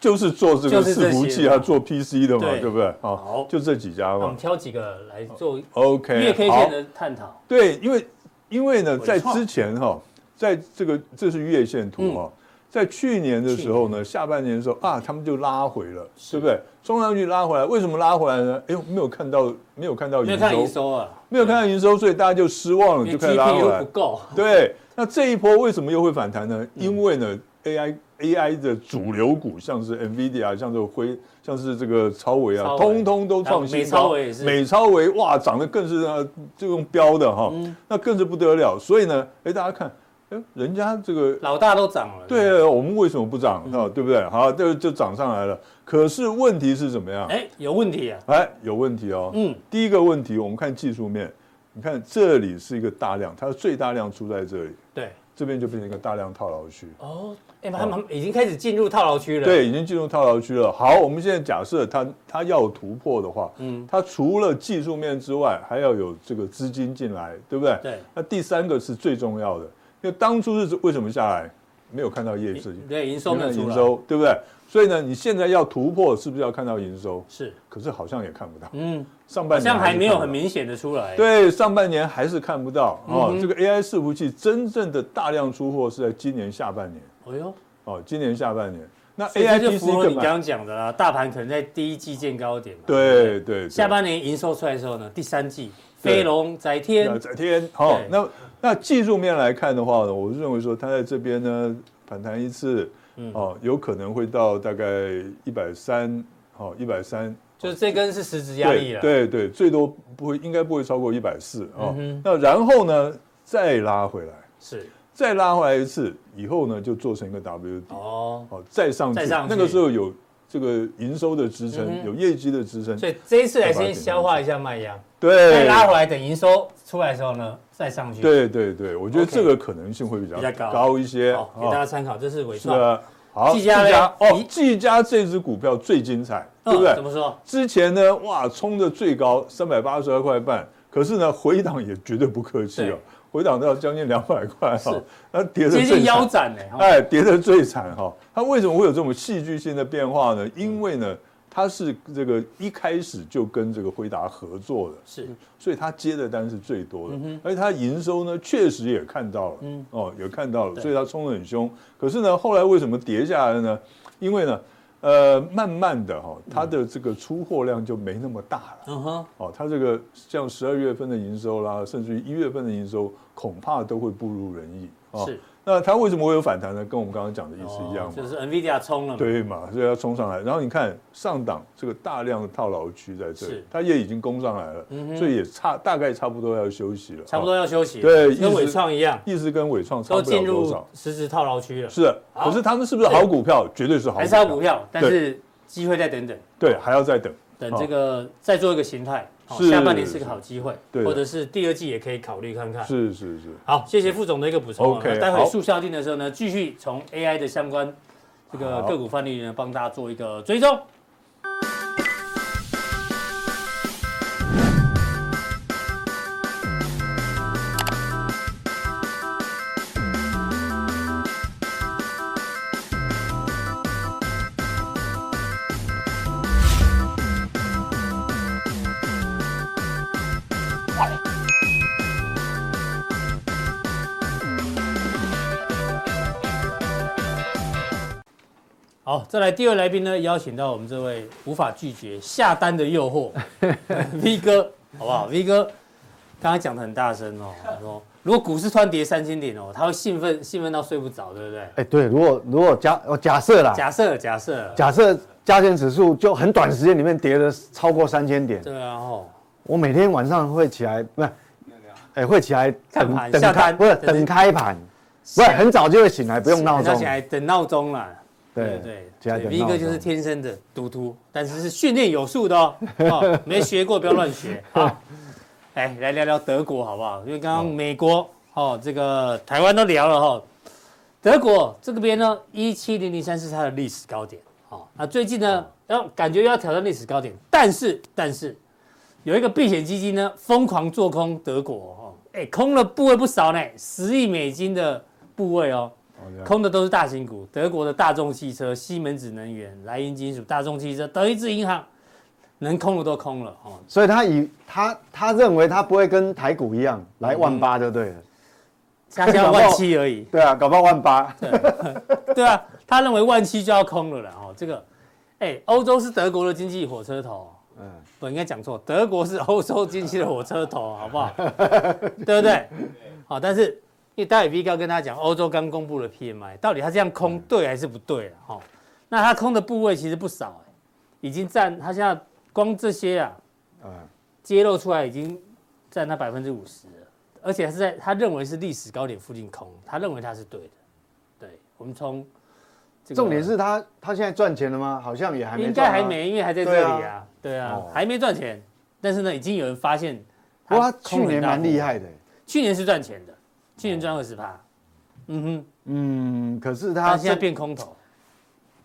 C: 就是做这
B: 就
C: 个
B: 是这
C: 伺服
B: 些
C: 器
B: 嘛
C: 啊，做 PC 的嘛，
B: 对
C: 对不对？
B: 好嗯
C: 啊，就这几家
B: 那我们
C: 嘛。
B: 挑几个来做
C: OK，
B: 月 K
C: 好
B: 线的探讨。
C: 对，因为因为呢，
B: 伟
C: 在
B: 创
C: 之前哈、在这个这是月线图哈、
B: 嗯
C: 在去年的时候呢，下半年的时候啊，他们就拉回了，对不对？冲上去拉回来，为什么拉回来呢？哎呦，没有看到没有看到
B: 没
C: 营
B: 有看到营
C: 收，
B: 收啊，
C: 没有看到营收，所以大家就失
B: 因
C: 望
B: 为
C: 了，就开始拉回
B: GPU
C: 来
B: 不。够，
C: 对，那这一波为什么又会反弹呢？
B: 嗯
C: 因为呢，AI AI 的主流股，像是 NVIDIA，像是辉，像是这个超维
B: 超
C: 啊，
B: 微
C: 通通都创新
B: 美
C: 高。
B: 超微也是
C: 美超微哇，涨得更是呃这种标的哈，
B: 嗯
C: 那更是不得了。所以呢，哎，大家看，哎，人家这个
B: 老大都涨了。，
C: 对啊我们为什么不涨
B: 嗯
C: 啊？对不对？好，就就涨上来了。可是问题是怎么样？
B: 哎，有问题啊。
C: 哎，有问题哦。
B: 嗯，
C: 第一个问题，我们看技术面，你看这里是一个大量，它最大量出在这里。
B: 对，
C: 这边就变成一个大量套牢区。
B: 哦，哎，他们已经开始进入套牢区了。，
C: 对，已经进入套牢区了。好，我们现在假设它它要突破的话，嗯，它除了技术面之外，还要有这个资金进来，对不对？
B: 对
C: 那第三个是最重要的，因为当初是为什么下来？没有看到业绩，
B: 对，营收没有出
C: 营
B: 来，
C: 收，对不对？所以呢，你现在要突破，是不是要看到营收？
B: 是，
C: 可是好像也看不到，
B: 嗯，
C: 上
B: 好
C: 半年
B: 像还没有很
C: 明。
B: 明显嗯的出来。，
C: 对，上半年还是看不到哦。这个 AI 伺服器真正的大量出货是在今年下半年
B: 哎呦，
C: 哦，今年下半年。那
B: 所以这
C: AI
B: 就
C: PC
B: 符合
C: 更
B: 你刚刚讲的啦，大盘可能在第一季见高点嘛。
C: 对对，
B: 下半年营收出来的时候呢，第三季
C: 对
B: 飞龙在天，
C: 在天好
B: 对。
C: 那那技术面来看的话呢，我是认为说它在这边呢反弹一次，
B: 嗯
C: 哦，有可能会到大概一百三，好，一百三。
B: 就是这根是实质压力了。，嗯
C: 对对对，最多不会，应该不会超过一百四哦。那然后呢，再拉回来，
B: 是
C: 再拉回来一次以后呢，就做成一个 W 底，
B: 哦。
C: 哦，再上去。
B: 再上去
C: 那个时候有这个营收的支
B: 嗯
C: 撑，
B: 哼
C: 有业绩的支撑。
B: 所以这一次来先消化一下卖压，
C: 对，
B: 再拉回来，等营收出来的时候呢，再上去。，
C: 对对对，我觉得
B: 嗯 OK
C: 这个可能性会比较
B: 比较高
C: 一些。
B: 好，给
C: 哦
B: 大家参考，这是伟
C: 是啊
B: 创。
C: 的，好，
B: 技嘉嘞
C: 哦
B: 你，
C: 技嘉这只股票最精彩，
B: 嗯
C: 对不
B: 怎
C: 对？
B: 么说？
C: 之前呢，哇，冲的最高三百八十二块半，可是呢，回档也绝对不客气哦
B: 对，
C: 回档到将近两百块哈
B: 是，
C: 那跌的
B: 接
C: 最惨
B: 近腰斩呢、哦
C: 哎，跌得最惨哈、它为什么会有这种戏剧性的变化呢？因为呢，它是这个一开始就跟这个辉达合作的，
B: 是
C: 所以它接的单是最多
B: 嗯
C: 的，而且它营收呢确实也看到了，哦，也看到了，
B: 对
C: 所以它冲得很凶。可是呢，后来为什么跌下来呢？因为呢，呃，慢慢的哈、它的这个出货量就没那么大了。
B: 嗯哼，
C: 哦，它这个像十二月份的营收啦，甚至于一月份的营收，恐怕都会不如人意。哦
B: 是，
C: 那它为什么会有反弹呢？跟我们刚刚讲的意思一样
B: 哦
C: 嘛，
B: 就是 NVIDIA 冲了嘛，
C: 对嘛，所以要冲上来。然后你看上档这个大量的套牢区在这里
B: 是，嗯
C: 它也已经攻上来了，所以也差大概差不多要休息了，
B: 差不多
C: 哦
B: 要休息了，
C: 对
B: 跟
C: 意思
B: 伟创一样，
C: 意思跟伟创
B: 都
C: 差不了
B: 进
C: 多
B: 入
C: 少。
B: 实质套牢区了，
C: 是的，可是他们是不是好股票？绝对是好，
B: 还是要股，票，但是机会再等等，
C: 对，还要再等。
B: 等
C: 哦
B: 这个再做一个形态，好
C: 是
B: 下半年是个好机会，
C: 对的
B: 或者是第二季也可以考虑看看。
C: 是是是，
B: 好，谢谢副总的一个补充啊。
C: OK，
B: 那待会
C: 好
B: 速效定的时候呢，继续从 AI 的相关这个
C: 好
B: 个股范例呢，帮大家做一个追踪。好，再来第二来宾呢，邀请到我们这位无法拒绝下单的诱 惑 V 哥，好不好？V 哥刚刚讲的很大声哦，他说如果股市突然跌三千点哦，他会兴奋兴奋到睡不着，对不对？
D: 哎，对，如果如果假我假设啦，
B: 假设假设，
D: 假设加权指数就很短时间里面跌了超过三千点，
B: 对啊吼，
D: 我每天晚上会起来，不是，哎，会起来
B: 看
D: 等
B: 盘
D: 等
B: 下
D: 开，
B: 单
D: 不是
B: 等
D: 等开盘，不是很早就会醒来，不用闹
B: 早
D: 钟
B: 起。来等闹钟啦。
D: 对
B: 对
D: 起来
B: 对
D: 等
B: ，V
D: 闹
B: 哥
D: 钟
B: 就是天生的赌徒，但是是训练有素的哦，哦没学过不要乱学啊。哎，来聊聊德国好不好？因为刚刚美国哦，这个台湾都聊了哈、哦，德国这个边呢，一七零零三是它的历史高点哦。那最近呢，要感觉要挑战历史高点，但是但是有一个避险基金呢，疯狂做空德国哦，哎，空了部位不少呢，十亿美金的部位哦。
C: 好这样
B: 空的都是大型股，德国的大众汽车、西门子能源、莱茵金属、大众汽车、德意志银行，能空的都空了哦。
D: 所以他以他他认为他不会跟台股一样来万
B: 嗯
D: 八就对了，，
B: 加加万七而已
D: 对啊，搞不好万八，
B: 对啊，他认为万七就要空了啦哦。这个，哎，欧洲是德国的经济火车头，嗯
D: 嗯，
B: 不应该讲错，德国是欧洲经济的火车 头，好不好？对不对？好，但是因为待会 V 哥跟他讲，欧洲刚公布了 PMI，到底他这样空
D: 嗯
B: 对还是不对啊？哈、那他空的部位其实不少、哎，已经占他现在光这些啊，
D: 嗯，
B: 揭露出来已经占他百分之五十了，而且是在他认为是历史高点附近空，他认为他是对的。对，我们从、这个
D: 重点是他他现在赚钱了吗？好像也还没，啊
B: 应该还。没，因为还在这里啊，对啊，
D: 哦
B: 还没赚钱，但是呢，已经有人发现
D: 不过他
B: 空
D: 去
B: 了很
D: 年
B: 大
D: 蛮
B: 部
D: 厉
B: 分，
D: 害的，
B: 去年是赚钱的，去年赚二十趴，嗯哼，
D: 嗯，可是
B: 他
D: 它
B: 现在
D: 这
B: 变空头，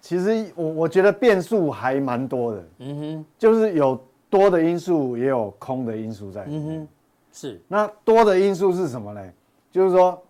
D: 其实我我觉得变数还蛮多的，
B: 嗯哼，
D: 就是有多的因素，也有空的因素在。
B: 嗯哼，是，
D: 那多的因素是什么呢？就是说，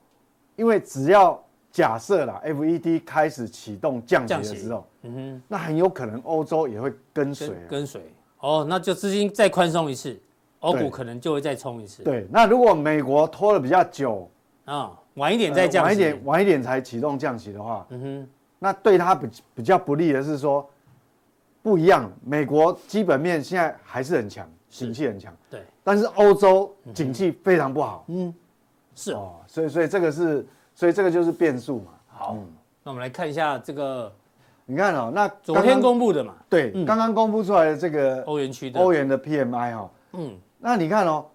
D: 因为只要假设啦，FED 开始启动降息
B: 降
D: 的
B: 息
D: 时候，
B: 嗯哼，
D: 那很有可能欧洲也会跟随、
B: 跟
D: 啊。
B: 跟随，哦，那就资金再宽松一次，欧股
D: 对
B: 可能就会再冲一次，，
D: 对，那如果美国拖了比较久，
B: 啊，晚一点
D: 呃
B: 再降息，
D: 晚一点，晚一点才启动降息的话，
B: 嗯哼，
D: 那对它比比较不利的是说，不一样，美国基本面现在还是很强，景气很强，
B: 对，
D: 但是欧洲景
B: 嗯
D: 气非常不好、
B: 是，
D: 哦，所以所以这个是，所以这个就是变数嘛。
B: 好，那我们来看一下这个
D: 你看哦，那刚
B: 昨
D: 刚
B: 天公布的嘛，
D: 对
B: 嗯
D: 刚刚公布出来的这个
B: 欧元区的，
D: 欧，元的 PMI 哦，
B: 嗯，
D: 那你看哦，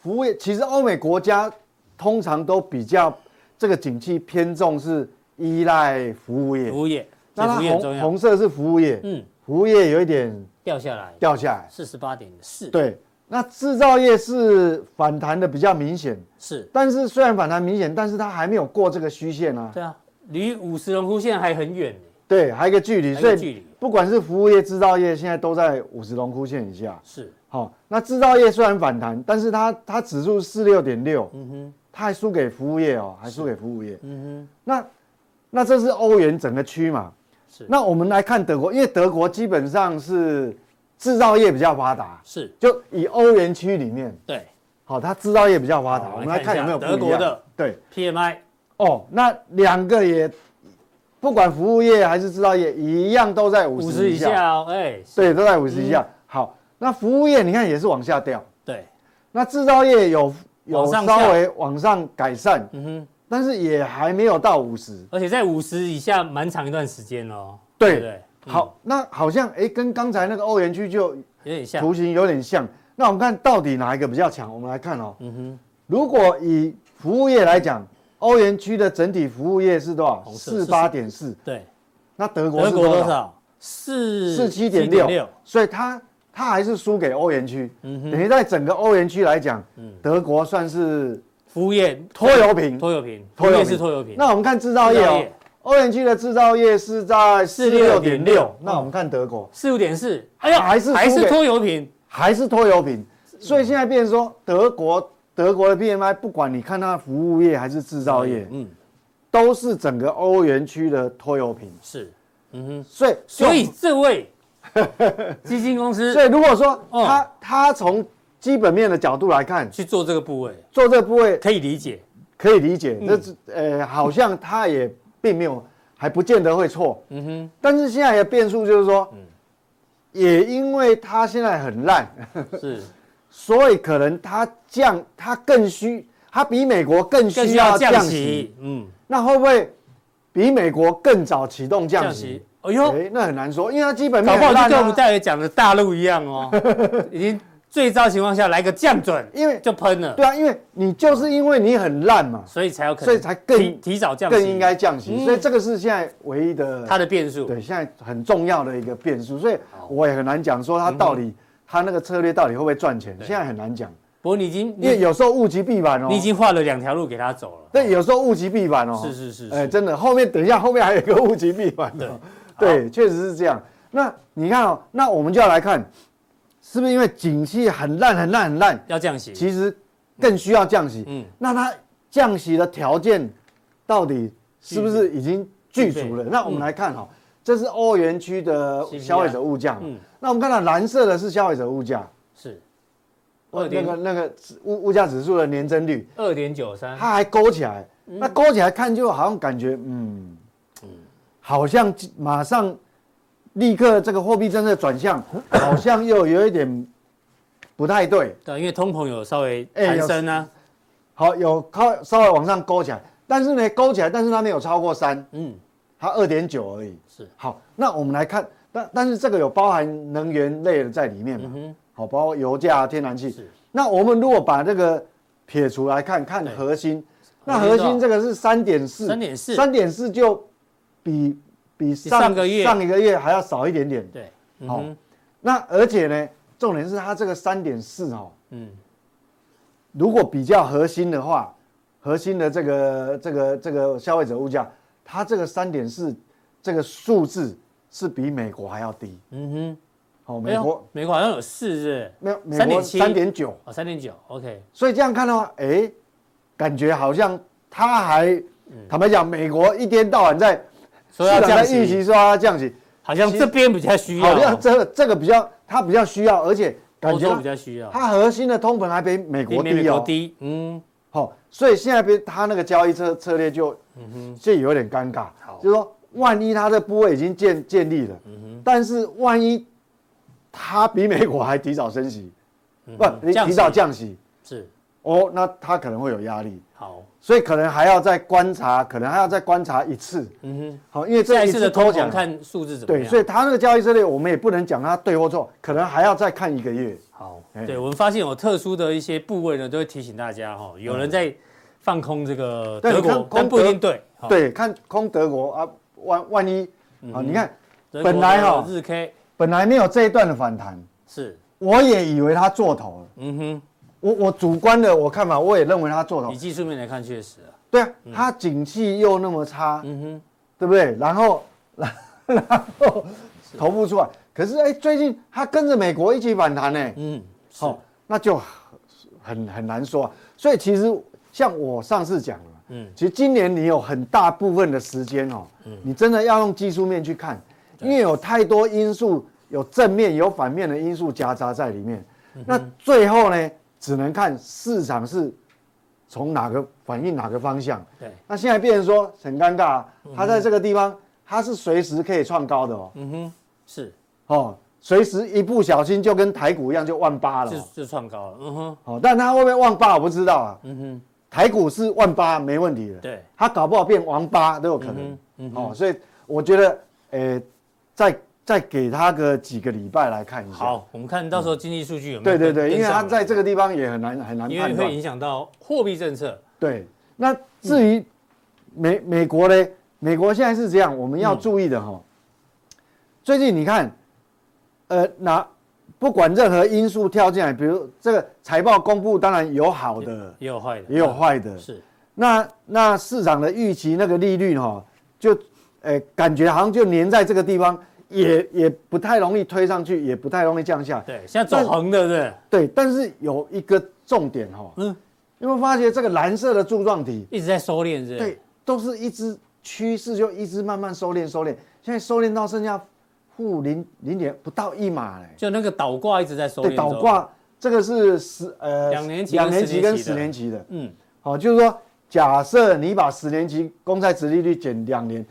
D: 服务业其实欧美国家通常都比较这个景气偏重是依赖服务业
B: 服，务业，
D: 那
B: 所以服
D: 它
B: 务业很重
D: 红
B: 要，
D: 红色是服务业，
B: 嗯，
D: 服务业有一点
B: 掉下来，
D: 掉下来，
B: 四十八点四，，
D: 对，那制造业是反弹的比较明显，
B: 是，
D: 但是虽然反弹明显，但是它还没有过这个虚线啊，
B: 对啊，离五十龙枯线还很远呢，
D: 对，还有一个距离，
B: 还有
D: 所
B: 一个距离
D: 以不管是服务业、制造业，现在都在五十龙枯线以下。
B: 是，
D: 好、那制造业虽然反弹，但是它它指数四六点六，
B: 嗯哼，
D: 它还输给服务业哦，还输给服务业。
B: 嗯
D: 那那这是欧元整个区嘛？
B: 哼，是，
D: 那我们来看德国，因为德国基本上是制造业比较发达，
B: 是，
D: 就以欧元区里面，
B: 对
D: 好、它制造业比较发达。
B: 好
D: 我
B: 我
D: 们
B: 们
D: 来
B: 看
D: 看
B: 一下
D: 有没有不一样
B: 德国的
D: 对
B: ，PMI
D: 哦，那两个也不管服务业还是制造业，一样都在五
B: 五
D: 十
B: 十
D: 以
B: 以
D: 下，
B: 下哦，哎，是
D: 对，都在五十以下。好，那服务业你看也是往下掉。
B: 对，
D: 那制造业有有
B: 往上下
D: 稍微往上改善，
B: 嗯哼，
D: 但是也还没有到五十。
B: 而且在五十以下蛮长一段时间哦，
D: 对
B: 不对，嗯
D: 好，那好像哎、诶跟刚才那个欧元区就
B: 有点像，
D: 图形有点像。那我们看到底哪一个比较强？我们来看哦。
B: 嗯哼，
D: 如果以服务业来讲，欧元区的整体服务业是多少？
B: 红色
D: 四八点四。
B: 对，
D: 那德国
B: 德
D: 是
B: 国
D: 多
B: 多
D: 少？
B: 少？四
D: 四七点六。，所以它它还是输给欧元区。
B: 嗯
D: 等于在整个欧元区来讲，德国算是
B: 服务业
D: 拖油瓶。
B: 拖油瓶，拖
D: 拖油
B: 油
D: 瓶
B: 是拖油瓶。
D: 那我们看制造业
B: 制造
D: 哦
B: 业，
D: 欧元区的制造业是在四六点
B: 46.6
D: 六，那我们看德国
B: 四五点四，哎呀，
D: 还是输给
B: 还是拖油瓶，
D: 还是拖油瓶，所以现在变成说德国德国的 PMI，不管你看它的服务业还是制造业，
B: 嗯，
D: 都是整个欧元区的拖油瓶。
B: 是，嗯哼，
D: 所以
B: 所以这 位基金公司
D: 所以如果说
B: 嗯
D: 它它从基本面的角度来看，
B: 去做这个部位，
D: 做这部位
B: 可以理解，
D: 可以理
B: 嗯
D: 解，这是呃好像它也并没有，还不见得会错。
B: 嗯哼，嗯
D: 但是现在的变数就是说，也因为它现在很烂，
B: 是
D: 所以可能它降，它更需，它比美国更
B: 更
D: 需
B: 需
D: 要
B: 要
D: 降
B: 降
D: 息。
B: 息，嗯，
D: 那会不会比美国更早启动降
B: 降
D: 息
B: 息？，哎
D: 哎、
B: 呦，
D: 那很难说，因为它基本
B: 搞
D: 面
B: 不好
D: 很
B: 就
D: 烂、
B: 跟我们
D: 啊。
B: 戴尔讲的大陆一样 哦，已经最糟情况下来个降准，
D: 因为
B: 就喷了，
D: 对啊，因为你就是因为你很烂嘛，
B: 所以才有可能，
D: 所以才更
B: 提提早降息，
D: 更应该降息。
B: 嗯
D: 所以这个是现在唯一的
B: 它的变数，
D: 对，现在很重要的一个变数，所以我也很难讲说它到
B: 嗯
D: 底、它那个策略到底会不会赚钱，现在很难讲，
B: 不过你已经
D: 因为
B: 你
D: 有时候物极必反哦。
B: 你已经画了两条路给他走了，
D: 对，有时候物极必反哦。
B: 是是是是
D: 哎、真的，后面等一下，后面还有一个物极必反、哦。对，确实是这样。那你看哦，那我们就要来看，是不是因为景气很烂、很烂、很烂，
B: 要降息，
D: 其实更需要降息。
B: 嗯
D: 那它降息的条件到底是不是已经具足了？
B: 具备
D: 那我们来看哈、哦，这是欧元区的
B: CPI
D: 消费者物价嘛。
B: 嗯
D: 那我们看到蓝色的是消费者物价，
B: 是
D: 那
B: 二点
D: 个那个物物价指数的年增率，
B: 二点九三，
D: 它还勾起来，
B: 嗯
D: 那勾起来看就好像感觉，嗯，好像马上立刻这个货币政策转向，好像又有一点不太对，
B: 对，因为通膨有稍微
D: 哎
B: 攀
D: 有
B: 升啊，
D: 好有靠稍微往上勾起来，但是呢勾起来，但是它没有超过三，
B: 嗯，
D: 它二点九而已。
B: 是
D: 好，那我们来看，但但是这个有包含能源类的在里面嘛？好，包括油价、天然气
B: 嗯是。
D: 那我们如果把这个撇除来看，看
B: 对
D: 核心，那
B: 核心
D: 核
B: 多少
D: 心这个是三点四，
B: 3.4
D: 三点四就比比上
B: 上个月
D: 上一个月还要少一点点。
B: 对，
D: 好
B: 嗯
D: 那而且呢，重点是它这个三点四哦，
B: 嗯，
D: 如果比较核心的话，核心的这个这个这个消费者物价，它这个三点四这个数字是比美国还要低。
B: 嗯哼，
D: 好、
B: 哎
D: 美
B: 呦
D: 国
B: 美国好像有四是
D: 没有美
B: 三
D: 国
B: 点七，
D: 三点九，
B: 哦，三点九，OK，
D: 所以这样看的话，哎、感觉好像它还、坦白讲，美国一天到晚在
B: 所以嗯要
D: 市
B: 降
D: 场在预期
B: 息，
D: 说它降息，
B: 好像这边比较需要
D: 好像
B: 哦，
D: 这个这个比较它比较需要，而且感
B: 欧
D: 觉啊
B: 洲
D: 它
B: 比较需要，
D: 它核心的通膨还比美
B: 啊比
D: 国
B: 美
D: 低
B: 国
D: 哦。
B: 低，嗯，
D: 好、所以现在边他那个交易策策略就，
B: 嗯
D: 就有点尴尬，就是说，万一他的部位已经建建立了，
B: 嗯
D: 但是万一他比美国还提早升息，不，
B: 嗯降息
D: 提早降息，
B: 是
D: 哦，那他可能会有压力，
B: 好，
D: 所以可能还要再观察，可能还要再观察一次，
B: 嗯哼，
D: 好，因为
B: 下
D: 这
B: 一次
D: 一次
B: 的
D: 抽
B: 通
D: 奖
B: 膨，看数字怎么
D: 对，
B: 样，
D: 所以他那个交易策略，我们也不能讲他对或错，可能还要再看一个月，
B: 好，
D: 哎
B: 对我们发现有特殊的一些部位呢，都会提醒大家哈，有人在放空这个
D: 嗯对
B: 德
D: 你
B: 国
D: 看，
B: 但
D: 空
B: 不一
D: 德
B: 定对，好，嗯
D: 对，看空德国啊，万万一，啊，你看
B: 德
D: 本
B: 国
D: 来
B: 的
D: 哦
B: 日 K
D: 本来没有这一段的反弹。
B: 是，
D: 我也以为他做头了，
B: 嗯
D: 我我主观的我看法，我也认为他做
B: 哼，
D: 头
B: 以。技术面来看确实啊，
D: 对啊，他景气又那么差，
B: 嗯哼，
D: 对不对？然后， 然然后头部出来，可是哎，最近他跟着美国一起反弹哎呢，
B: 嗯，
D: 好、
B: 是，
D: 那就很很难说啊、所以其实像我上次讲了，
B: 嗯嗯
D: 嗯，其实今年你有很大部分的时间哦，你真的要用技术面去看，因为有太多因素，有正面有反面的因素夹杂在里面。
B: 嗯
D: 那最后呢，只能看市场是从哪个反应哪个方向。
B: 对，
D: 那现在变成说很尴尬、啊，它在这个地方它是随时可以创高的哦，
B: 嗯哼，是，
D: 哦，随时一不小心就跟台股一样就万八了哦、
B: 就就创高了，嗯哼，
D: 哦，但它会不会万八我不知道啊。
B: 嗯哼，
D: 台股是万八没问题的，
B: 对，嗯
D: 它搞不好变王八都有可能。哦，所以我觉得，呃，再再给它个几个礼拜来看一下。，
B: 好，我们看到时候经济数据有没
D: 对
B: 有
D: 嗯对
B: 跟
D: 对，因为它，在
B: 跟上
D: 这个地方也很难很难
B: 来因为
D: 判
B: 会影
D: 断。
B: 响到货币政策，
D: 对，那至于美美国呢？美国现在是这样，我们
B: 嗯
D: 要注意的哈、最近你看，呃，哪不管任何因素跳进来，比如这个财报公布，当然有好的，
B: 也有坏的，
D: 也有坏的。
B: 嗯是，
D: 那那市场的预期那个利率哈、就呃感觉好像就粘在这个地方，也也不太容易推上去，也不太容易降下。
B: 对，现在走横的，对不
D: 对，但是有一个重点哈、
B: 对，嗯，
D: 你有没有发觉这个蓝色的柱状体，
B: 一直在收敛，是，
D: 对，，都是一只趋势，就一直慢慢收敛收敛，现在收敛到剩下负零零点不到一码嘞。
B: 就那个倒挂一直在收敛，
D: 对，倒，挂这个是十呃
B: 两年期跟
D: 两年期跟
B: 十
D: 十
B: 年
D: 年期的，
B: 嗯。
D: 好，就是说，假设你把十年期公债殖利率减两年，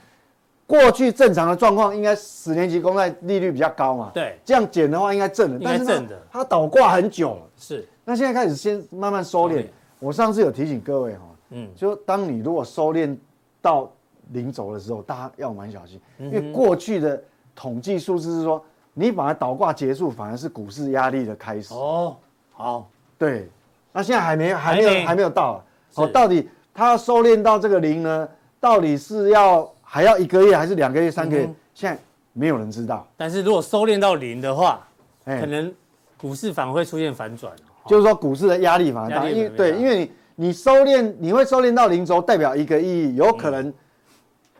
D: 过去正常的状况应该十年期公债利率比较高嘛，
B: 对
D: 这样减的话应该正的，
B: 应该
D: 但是它
B: 正的
D: 它倒挂很久了，
B: 是，
D: 那现在开始先慢慢收
B: 收
D: 敛
B: 敛。
D: 我上次有提醒各位哈、
B: 嗯，
D: 就当你如果收敛到零轴的时候，大家要蛮小心，
B: 嗯
D: 因为过去的统计数字是说，你把它倒挂结束，反而是股市压力的开始。
B: 哦，好，
D: 对，那现在还没还没有
B: 还
D: 还
B: 没
D: 没有到啊，哦，
B: 是
D: 到底它要收敛到这个零呢？到底是要还要一个月，还是两个月、三个月？
B: 嗯哼
D: 现在没有人知道。
B: 但是如果收敛到零的话，
D: 哎
B: 可能股市反而会出现反转哦。
D: 就是说股市的压力反而
B: 压
D: 大，
B: 力
D: 因为
B: 反而
D: 对，
B: 大
D: 因为你你收敛，你会收敛到零轴，代表一个意义，有
B: 嗯
D: 可能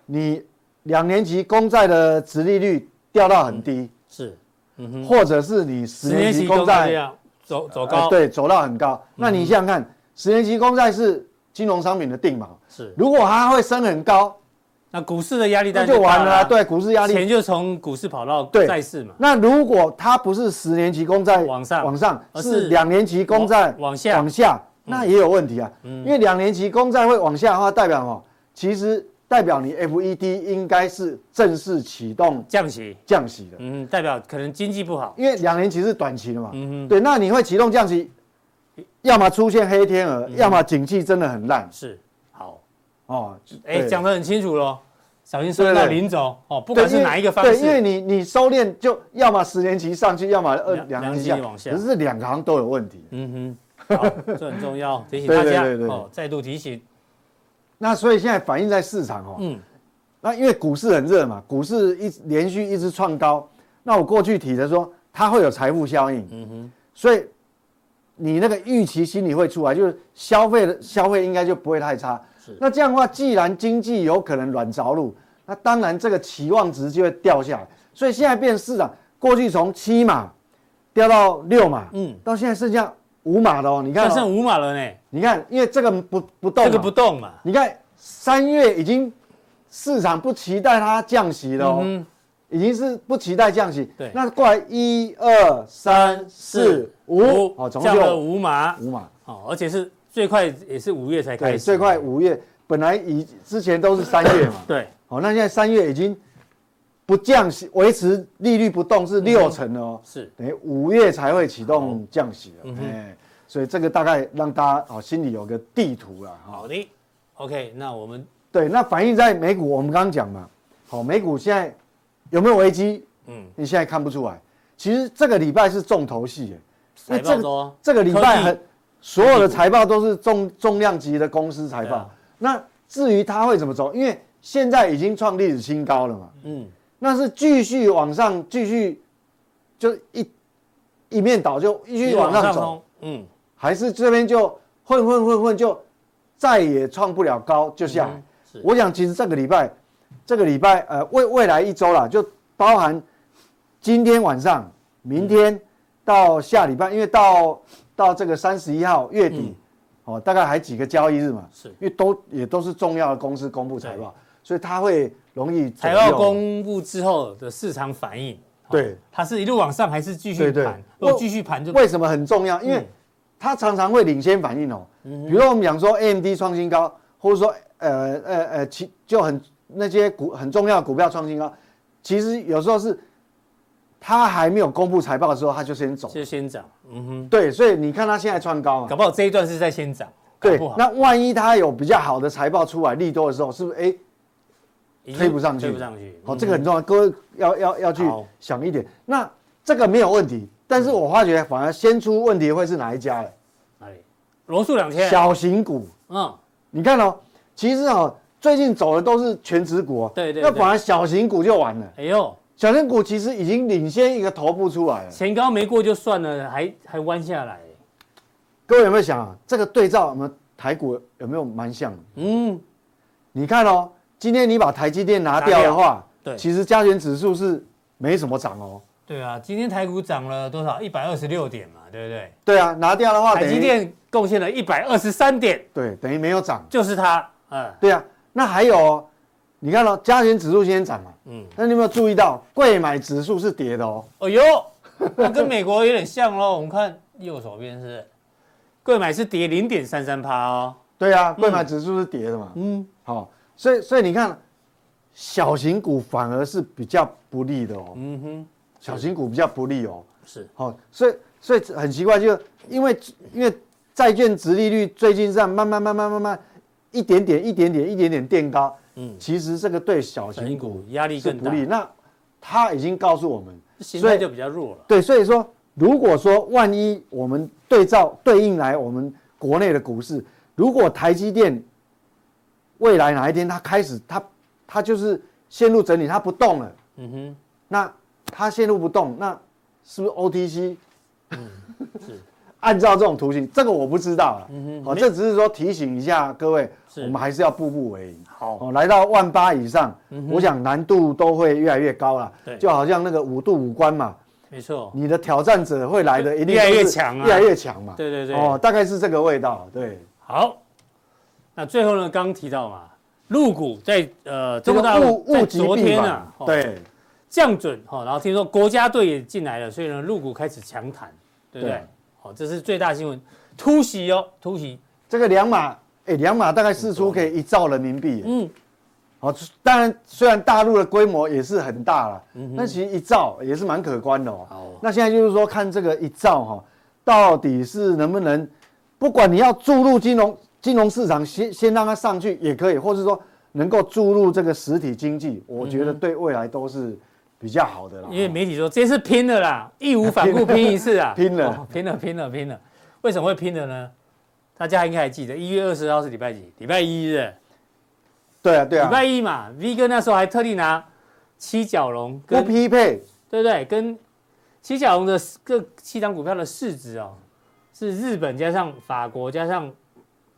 D: 你两年期公债的殖利率掉到很低，
B: 是，
D: 或者是你
B: 嗯
D: 十
B: 十年
D: 年
B: 期
D: 期
B: 公
D: 公
B: 债
D: 债
B: 这样走走
D: 呃
B: 高，，嗯
D: 对走到很高。那你想想看，十年期公债是金融商品的定锚，
B: 是。
D: 如果它会升很高，
B: 那股市的压力
D: 那
B: 当然
D: 就完
B: 大
D: 了啊，，对，股市压
B: 钱
D: 力。
B: 就从股市跑到
D: 对
B: 债市嘛，
D: 那如果它不是十年期公债
B: 往上
D: 往上，
B: 而是
D: 是两年期公债
B: 往往下嗯
D: 往下，那也有问题啊。因为两年期公债会往下的话，代表哦，其实代表你 FED 应该是正式启动
B: 降息，
D: 降息的，
B: 嗯，代表可能经济不好，
D: 因为两年期是短期的嘛。
B: 嗯
D: 对，那你会启动降息，要么出现黑天
B: 嗯
D: 鹅，要么景气真的很烂
B: 是，好，
D: 哦。
B: 哎，
D: 对
B: 讲得很清楚咯，小心收敛到
D: 对对
B: 零轴哦，不
D: 不
B: 管是哪一个方
D: 对，因为
B: 式，
D: 你你收敛就要么十年期上去，要么二
B: 两
D: 两年
B: 两
D: 期下
B: 年期往下
D: 可是这两个行都有问题。
B: 嗯哼，好，这很重要，提醒大家
D: 对对对对
B: 哦，再度提醒，
D: 那所以现在反映在市场哦，
B: 嗯，
D: 那因为股市很热嘛，股市一直连续一直创高，那我过去提的说它会有财富效应，嗯哼，所以你那个预期心理会出来，就是消费的消费应该就不会太差。那这样的话，既然经济有可能软着陆，那当然这个期望值就会掉下来。所以现在变市场，过去从七码掉到六码，
B: 嗯
D: 嗯，到现在剩下五码的哦。你看
B: 但
D: 哦、
B: 剩五码了呢，
D: 你看，因为这个不不动嘛，啊
B: 这个不动嘛，
D: 你看三月已经市场不期待它降息了、哦，
B: 嗯
D: 已经是不期待降息。
B: 对
D: 那过来一二三四五，哦好，总
B: 降
D: 共
B: 了
D: 就
B: 五码，
D: 五嘛。
B: 哦，而且是最快也是五月才开
D: 对，
B: 始，。
D: 最快五月，本来以之前都是三月嘛
B: 对，
D: 好，那现在三月已经不降息，维持利率不动是六成了哦。
B: 嗯是嗯
D: 等于五月才会启动降息了，哎、所以这个大概让大家好哦心里有个地图了啊哈。
B: 好的。OK，那我们
D: 对，那反映在美股，我们刚刚讲嘛，好、美股现在有没有危机？
B: 嗯
D: 嗯，你现在看不出来。其实这个礼拜是重头戏耶，
B: 财
D: 这
B: 报
D: 个
B: 周
D: 这个礼拜
B: 科
D: 很所有的财报都是重重量级的公司财
B: 对
D: 报。
B: 啊
D: 那至于它会怎么走，因为现在已经创历史新高了嘛，
B: 嗯，
D: 那是继续往上，继续就一一面倒就继续往上走，
B: 冲，嗯，
D: 还是这边就混混混混就再也创不了高，就下来。
B: 嗯是
D: 我想其实这个礼拜，这个礼拜呃未未来一周啦，就包含今天晚上、明天到下礼拜，因为到到这个三十一号月底、哦，大概还几个交易日嘛，
B: 嗯是
D: 因为都也都是重要的公司公布财报，所以它会容易左
B: 财
D: 右
B: 报公布之后的市场反应，哦
D: 对，
B: 它是一路往上还是继续
D: 对对
B: 盘？如果继续盘就
D: 为什么很重要？因为
B: 嗯
D: 它常常会领先反应哦。比如说我们讲说 AMD 创新高，或者说呃呃呃，其就很那些股很重要的股票创新高，其实有时候是它还没有公布财报的时候，它就先走。
B: 就先涨，嗯哼，
D: 对，所以你看它现在创高
B: 搞
D: 嘛，
B: 不好这一段是在先涨，
D: 对
B: 搞不，好
D: 那万一它有比较好的财报出来利多的时候，是不是哎？
B: 已经
D: 推不上去
B: 推不上去，
D: 好，
B: 嗯
D: 这个很重要，各位要要要去
B: 好嗯
D: 想一点。那这个没有问题，但是我发觉反而先出问题会是哪一家了？
B: 哪里？罗素两千，
D: 小型股。
B: 嗯，
D: 你看哦，其实哦，最近走的都是全指股哦，
B: 对对
D: 那
B: 对
D: 反而小型股就完了。
B: 哎呦，
D: 小型股其实已经领先一个头部出来了。
B: 前高没过就算了，还还弯下来，
D: 各位有没有想啊，这个对照我们台股有没有蛮像的？
B: 嗯，
D: 你看哦，今天你把台积电拿掉的话，
B: 对
D: 其实加权指数是没什么涨哦。
B: 对啊，今天台股涨了多少？一百二十六点嘛，对不对？
D: 对啊，拿掉的话，
B: 台积
D: 等于
B: 电贡献了一百二十三点，
D: 对等于没有涨。
B: 就是它，嗯，
D: 对啊，那还有哦，你看哦，加权指数先涨嘛，
B: 嗯
D: 嗯，那你有没有注意到贵买指数是跌的哦？
B: 哦呦，那跟美国有点像 喽。我们看右手边是贵买是跌零点三三趴哦，
D: 对啊，贵买指数是跌的嘛，
B: 嗯，
D: 好、所以所以你看，小型股反而是比较不利的哦，
B: 嗯哼，
D: 小型股比较不利哦，
B: 是
D: 好、所以所以很奇怪，就因为因为债券值利率最近这样慢慢慢慢慢慢一点点一点点一点点垫高，
B: 嗯
D: 嗯，其实这个对小
B: 小型
D: 型股
B: 股压力
D: 是
B: 更
D: 不
B: 大，
D: 利。那他已经告诉我们，
B: 形
D: 所
B: 态
D: 以
B: 就比较弱了。
D: 对，所以说，如果说万一我们对照对应来我们国内的股市，如果台积电未来哪一天它开始它它就是陷入整理，它不动了，
B: 嗯哼，
D: 那它陷入不动，那是不是 OTC？
B: 嗯 是
D: 按照这种图形，这个我不知道了。
B: 嗯哼
D: 好、这只是说提醒一下各位，
B: 是
D: 我们还是要步步为营。
B: 好，嗯
D: 哦，来到万八以上，我想难度都会越来越高了
B: 对。
D: 就好像那个五度五关嘛，
B: 没错，
D: 你的挑战者会来的一定
B: 越来越
D: 都是
B: 强啊
D: 越来越强嘛。
B: 对对对
D: 哦，大概是这个味道。对，
B: 好。那最后呢，刚刚提到嘛，入股在呃中国大
D: 这个
B: 陆
D: 物
B: 在
D: 物极
B: 昨
D: 必
B: 天
D: 反
B: 啊，哦
D: 对
B: 降准哈、哦，然后听说国家队也进来了，所以呢，入股开始强弹，对不对
D: 对？
B: 好、这是最大新闻，突袭哦，突袭，
D: 这个两码，哎，两码大概四出可以一兆人民币。
B: 嗯，
D: 好，哦当然虽然大陆的规模也是很大了，那其实一兆也是蛮可观的
B: 嗯好
D: 哦。那现在就是说看这个一兆哈，到底是能不能，不管你要注入金融金融市场，先先让它上去也可以，或是说能够注入这个实体经济，我觉得对未来都是比较好的啦。
B: 嗯因为媒体说这次拼了啦，义无反顾拼一次啊，
D: 拼了
B: 哦拼了，拼了，拼了。为什么会拼了呢？大家应该还记得，一月二十号是礼拜几？礼拜一日，
D: 对啊，对
B: 礼
D: 啊，
B: 拜一嘛。V 哥那时候还特地拿七角龙
D: 不
B: 跟
D: 匹配，
B: 对不对？跟七角龙的各七档股票的市值哦，是日本加上法国加上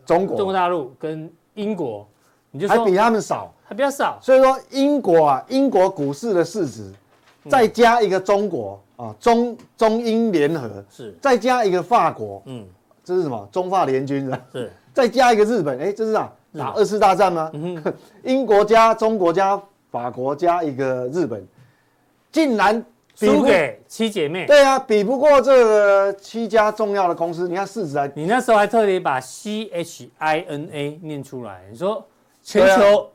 D: 中
B: 中国
D: 国
B: 大陆跟英国，你就
D: 还
B: 说
D: 比他们少，
B: 还比较少，
D: 所以说英国啊，英国股市的市值，
B: 嗯
D: 再加一个中国啊，中中英联合，
B: 是，
D: 再加一个法国，
B: 嗯，
D: 这是什么？中法联军是吧？
B: 是，
D: 再加一个日本，哎，这是啊，
B: 日本嗯
D: 打二次大战吗？ 英国加中国加法国加一个日本，竟然比
B: 输
D: 不
B: 给七姐妹。
D: 对啊，比不过这个七家重要的公司，你看市值还
B: 你那时候还特别把 C H I N A 念出来，你说全
D: 对啊
B: 球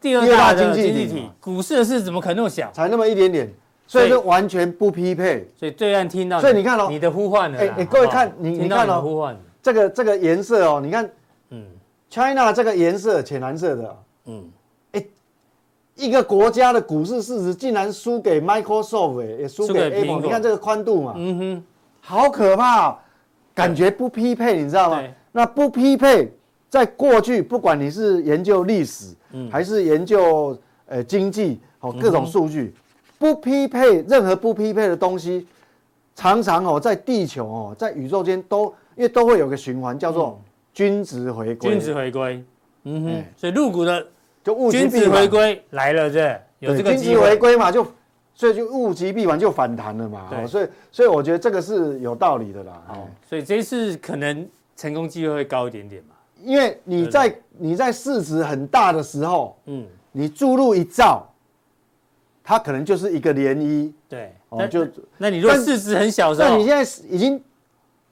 B: 第二大的
D: 第二大经济
B: 经
D: 体
B: 济体
D: 嘛，
B: 股市的市怎么可能那么小？
D: 才那么一点点，所以这完全不匹配。
B: 所以对岸听到，
D: 所以你看哦
B: 你的呼唤了啦。
D: 哎哎各位
B: 好不好
D: 看你
B: 听
D: 你
B: 到
D: 看
B: 你的
D: 哦
B: 呼唤，
D: 这个这个颜色哦，你看
B: 嗯
D: China 这个颜色浅蓝色的，
B: 嗯，
D: 一个国家的股市市值竟然输给 Microsoft，哎也输
B: 输
D: 给
B: 给苹
D: Apple，
B: 果
D: 你看这个宽度嘛，
B: 嗯哼，
D: 好可怕、哦，感觉不匹配，你知道吗
B: 对？
D: 那不匹配，在过去，不管你是研究历史，
B: 嗯
D: 还是研究呃经济，哦各种数
B: 嗯
D: 据，不匹配任何不匹配的东西，常常哦在地球哦在宇宙间都因为都会有个循环叫做均值回
B: 嗯
D: 归，
B: 均值回归，嗯哼
D: 哎，
B: 所以入股的
D: 就物极
B: 均
D: 必
B: 值
D: 反
B: 回，归来了，这有
D: 对
B: 这个
D: 均
B: 机
D: 值回
B: 会。
D: 归嘛就。所以就物极必反，就反弹了嘛。
B: 对
D: 哦所以所以我觉得这个是有道理的啦。哎
B: 好，所以这一次可能成功机会会高一点点嘛。
D: 因为你
B: 对
D: 在你在市值很大的时候，
B: 嗯，
D: 你注入一兆，它可能就是一个涟漪。
B: 对。
D: 哦
B: 那
D: 就
B: 那你如果
D: 但
B: 市值很小的时
D: 那
B: 候
D: 你，现在已经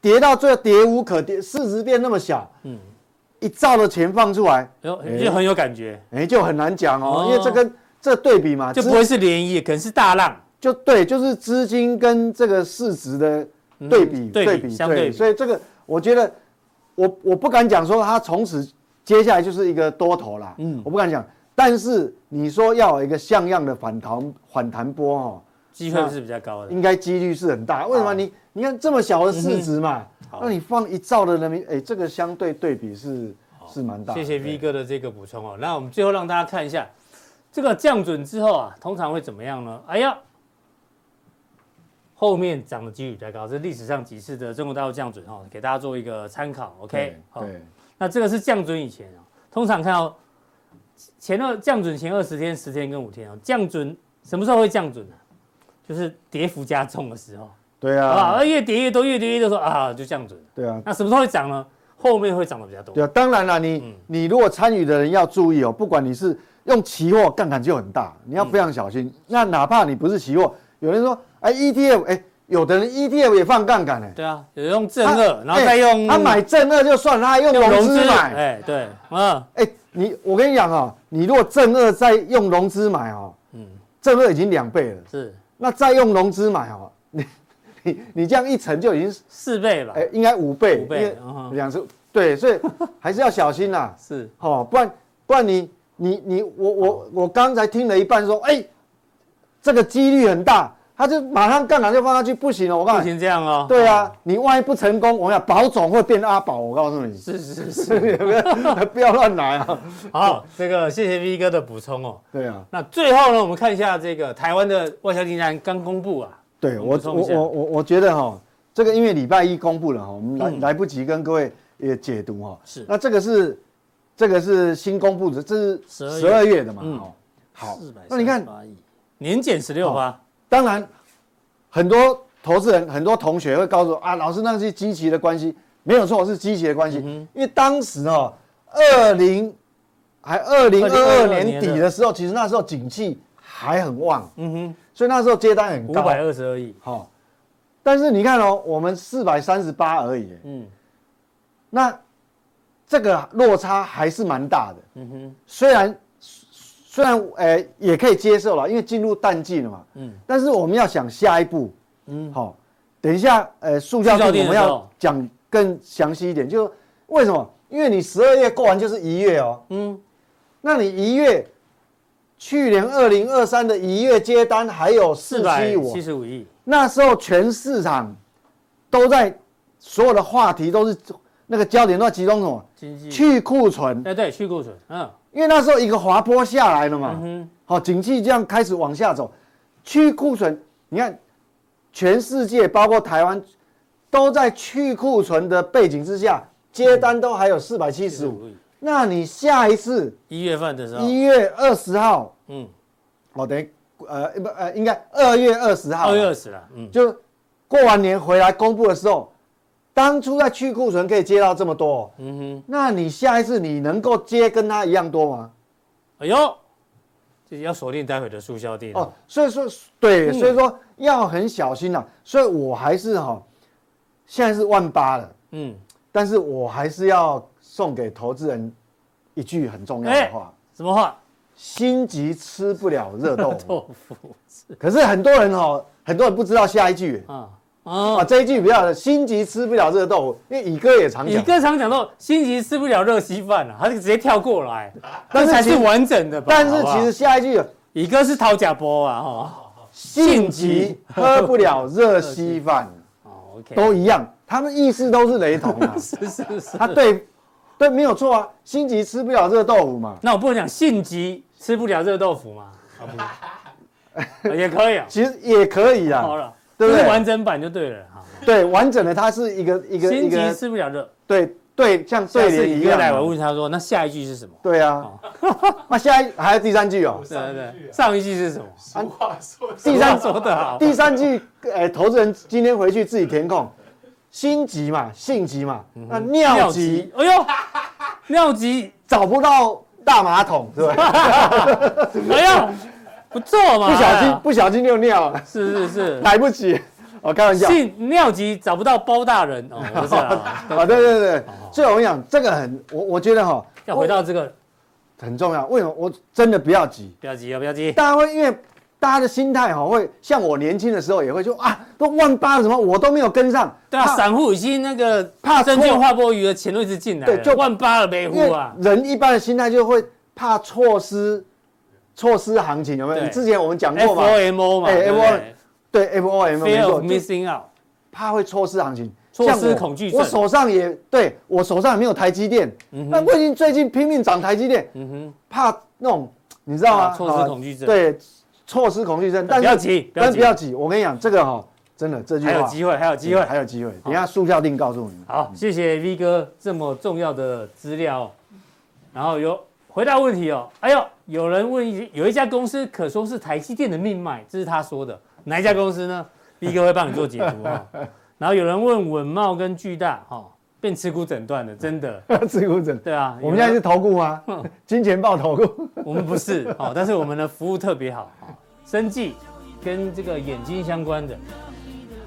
D: 跌到最后跌无可跌，市值变那么小，
B: 嗯
D: 一兆的钱放出来，
B: 哎呦就很有感觉，
D: 哎、就很难讲哦，
B: 哦
D: 因为这跟这对比嘛，
B: 就
D: 资
B: 不会是涟漪，可能是大浪。
D: 就对，就是资金跟这个市值的对比、
B: 嗯对比相对比
D: 所以这个我觉得我我不敢讲说它从此接下来就是一个多头啦，嗯，我不敢讲，但是你说要有一个像样的反弹反弹波哦，
B: 机会是比较高的。
D: 应该几率是很大。为什么
B: 好嗯
D: 你你看这么小的市值嘛，
B: 好
D: 那你放一兆的人民，哎，这个相对对比是是蛮大的。
B: 谢谢 V
D: 对。
B: 哥的这个补充哦。那我们最后让大家看一下，这个降准之后啊，通常会怎么样呢？哎呀，后面涨的几率比较高，这是历史上几次的中国大陆降准哦，给大家做一个参考。OK，
D: 对
B: 好，
D: 对
B: 那这个是降准以前哦，通常看到前二降准前二十天、十天跟五天哦，降准什么时候会降准呢、啊就是跌幅加重的时候，
D: 对
B: 好不哎好？
D: 啊，
B: 而越跌越多，越跌越多，说啊就降准了。
D: 对啊，
B: 那什么时候会涨呢？后面会涨的比较多嗯
D: 对。啊，当然了，你、你如果参与的人要注意哦，不管你是用期货，杠杆就很大，
B: 嗯
D: 你要非常小心。那哪怕你不是期货，有人说，哎，ETF，哎，有的人 ETF 也放杠杆哎，
B: 对啊，有用正二，然后再
D: 哎
B: 用
D: 他买正二就算了，他还用
B: 用
D: 融
B: 融
D: 资
B: 资
D: 买，
B: 哎，对，嗯，
D: 哎，你我跟你讲哦，你如果正二再用融资买哦，嗯
B: 嗯，
D: 正二已经两倍了，
B: 是
D: 那再用融资买哦， 你你你这样一层就已经是
B: 四倍吧
D: 哎、？应该五倍，
B: 五倍
D: 因为
B: 嗯哼
D: 两次对，所以还是要小心啦、
B: 是，
D: 哦，不然不然你你你我我我刚才听了一半说，哎、这个几率很大，他就马上杠杆就放下去，不行了，我告
B: 不
D: 诉你，
B: 行这样哦。
D: 对啊，你万一不成功，我跟你讲保总会变阿宝，我告诉你，
B: 是是是，
D: 不要乱来啊，
B: 好，这个谢谢 V 哥的补充哦。
D: 对啊。
B: 那最后呢，我们看一下这个台湾的外销订单刚公布啊，
D: 对
B: 你
D: 我
B: 补
D: 我
B: 充一下
D: 我我我觉得哈，这个因为礼拜一公布了哈，我们来、
B: 嗯
D: 来不及跟各位也解读哈。
B: 是
D: 那这个是这个是新公布的，这是
B: 12
D: 十二月的嘛？
B: 嗯
D: 哦，好
B: 438，
D: 那你看，哦
B: 亿，年减十六趴，
D: 当然很多投资人、很多同学会告诉我啊，老师那是积极的关系，没有错，是积极的关系，因为当时哦，二零还二零二
B: 2022
D: 二年底
B: 年
D: 的时候，其实那时候景气还很旺，
B: 嗯哼，
D: 所以那时候接单很
B: 五
D: 高，
B: 百二十二亿，
D: 好、但是你看哦，我们四百三十八而已，
B: 嗯
D: 那这个落差还是蛮大的。
B: 嗯哼，
D: 虽然虽然呃也可以接受了，因为进入淡季了嘛。嗯
B: 嗯。
D: 但是我们要想下一步，嗯，好、等一下呃，塑胶
B: 塑胶
D: 定
B: 定
D: 我们
B: 的时
D: 要
B: 候
D: 讲更详细一点，就是为什么？因为你十二月过完就是一月哦，
B: 嗯，
D: 那你一月。去年二零二三的一月接单还有四
B: 四百
D: 七五，
B: 七十五亿，
D: 那时候全市场都在所有的话题都是那个焦点都在集中什么？
B: 经济，
D: 去库存，
B: 哎对，去库存，嗯
D: 因为那时候一个滑坡下来了嘛，
B: 嗯
D: 好、景气这样开始往下走，去库存，你看全世界包括台湾都在去库存的背景之下，接单都还有四百七十
B: 475
D: 五，那你下一次
B: 一月份的时候
D: 一，月二十号，
B: 嗯，
D: 哦，等于呃不呃，应该二月二十号，啊
B: 二月二十了，嗯，
D: 就过完年回来公布的时候，当初在去库存可以接到这么多哦，
B: 嗯哼，
D: 那你下一次你能够接跟他一样多吗？
B: 哎呦，这要锁定待会的促销地
D: 哦
B: 了，，
D: 所以说对，
B: 嗯
D: 所以说要很小心啦、所以我还是哈、现在是万八了，
B: 嗯，
D: 但是我还是要送给投资人一句很重要的话：
B: 什么话？
D: 心急吃不了热豆腐。
B: 豆腐
D: 可是很多人哦，很多人不知道下一句
B: 啊，
D: 啊，
B: 哦，
D: 这一句比较好心急吃不了热豆腐，因为乙哥也常
B: 你
D: 讲，
B: 哥常讲到心急吃不了热稀饭啊，他就直接跳过来，这
D: 但是
B: 才
D: 其
B: 是完整的吧？
D: 但是
B: 好不好
D: 其实下一句
B: 乙哥是讨假波啊，哈，
D: 性急喝不了 热稀饭，
B: 哦，OK，
D: 都一样，他们意思都是雷同 啊。
B: 是是是，
D: 啊，对，对，没有错啊，心急吃不了热豆腐嘛。
B: 那我不能讲性急吃不了热豆腐 吗？啊不，也可以啊，
D: 其实也可以
B: 好
D: 啊，
B: 了，
D: 对不对
B: 这是完整版就对了哈。
D: 对，完整的它是一个一个一
B: 心急
D: 个，
B: 吃不了热，
D: 对对，像
B: 下
D: 对
B: 次
D: 联
B: 乙
D: 一
B: 哥
D: 样啊
B: 来，我哦
D: 嘛。
B: 问他说，那下一句是什么？
D: 对啊，那下一还有第三 句哦，
B: 对对
E: 上一句
B: 对，
E: 啊
B: 上一句是什么？
E: 俗话说得好，
D: 第三
B: 说的好，
D: 第三句，哎，投资人今天回去自己填空，心急嘛，性急嘛，
B: 嗯
D: 那尿急，
B: 哎呦， 尿急，
D: 找不到大马桶，对不 对？
B: 哎呀，不错嘛，
D: 不小
B: 哎
D: 心
B: 呀
D: 不小心就尿了，
B: 是是 是，
D: 来不及，我开玩笑。
B: 性尿急找不到包大人 哦，不是啊，
D: 啊，对对对，所以我跟你讲，这个很，我我觉得哈，
B: 要回到这个，
D: 很重要。为什么？我真的不要急，
B: 不要急啊，不要急，
D: 大家会因为大家的心态哈，会像我年轻的时候也会说啊，都万八了什么，我都没有跟上。
B: 对啊，
D: 怕
B: 散户已经那个
D: 怕
B: 证券
D: 错
B: 划拨余的钱都一直进来了，
D: 对就
B: 万八了没
D: 因为
B: 户啊，
D: 人一般的心态就会怕错失错失行情，有没有？
B: 对
D: 你之前我们讲过
B: F
D: 嘛
B: O，M O 嘛，
D: 哎
B: 对不
D: FOMO
B: 对
D: 对 F O M 没
B: ，Fear of
D: 错，就
B: Missing Out，
D: 怕会错失行情，
B: 错失
D: 像我
B: 恐惧症
D: 我手上也对我手上也没有台积电，那我已经最近拼命涨台积电，
B: 嗯哼，
D: 怕那种你知道
B: 啊
D: 吗？
B: 错失恐惧症
D: 对，错失恐惧症，但
B: 不
D: 是
B: 要急，不
D: 但
B: 要
D: 是
B: 急
D: 不，要急，我跟你讲，这个哈，真的这句
B: 还有
D: 话哎
B: 机会，还有机会。
D: 还有机会，等一下速效定告诉 你。
B: 好，谢谢 V 哥这么重要的资料哦。然后有回答问题哦。哎呦，有人问一，有一家公司可说是台积电的命脉，这是他说的。哪一家公司呢？V 哥会帮你做解读 哦。然后有人问稳茂跟巨大哦，变持股诊断的，真的，
D: 自顾诊，
B: 对啊。
D: 我们现在是投顾吗？
B: 嗯
D: 金钱豹投顾，
B: 我们不是哦，但是我们的服务特别好哦，生计跟这个眼睛相关的。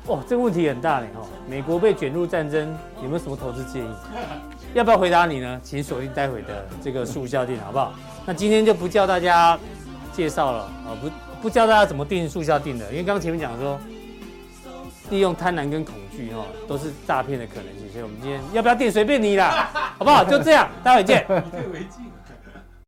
B: 哦，这个问题很大呢哦。美国被卷入战争，有没有什么投资建议？要不要回答你呢？请锁定待会的这个速效定，好不好？那今天就不教大家介绍了啊、不不教大家怎么定速效定的，因为刚刚前面讲说，利用贪婪跟恐惧哈、哦，都是诈骗的可能性，所以我们今天要不要定随便你啦，好不好？就这样，待会见。
E: 以退为进啊。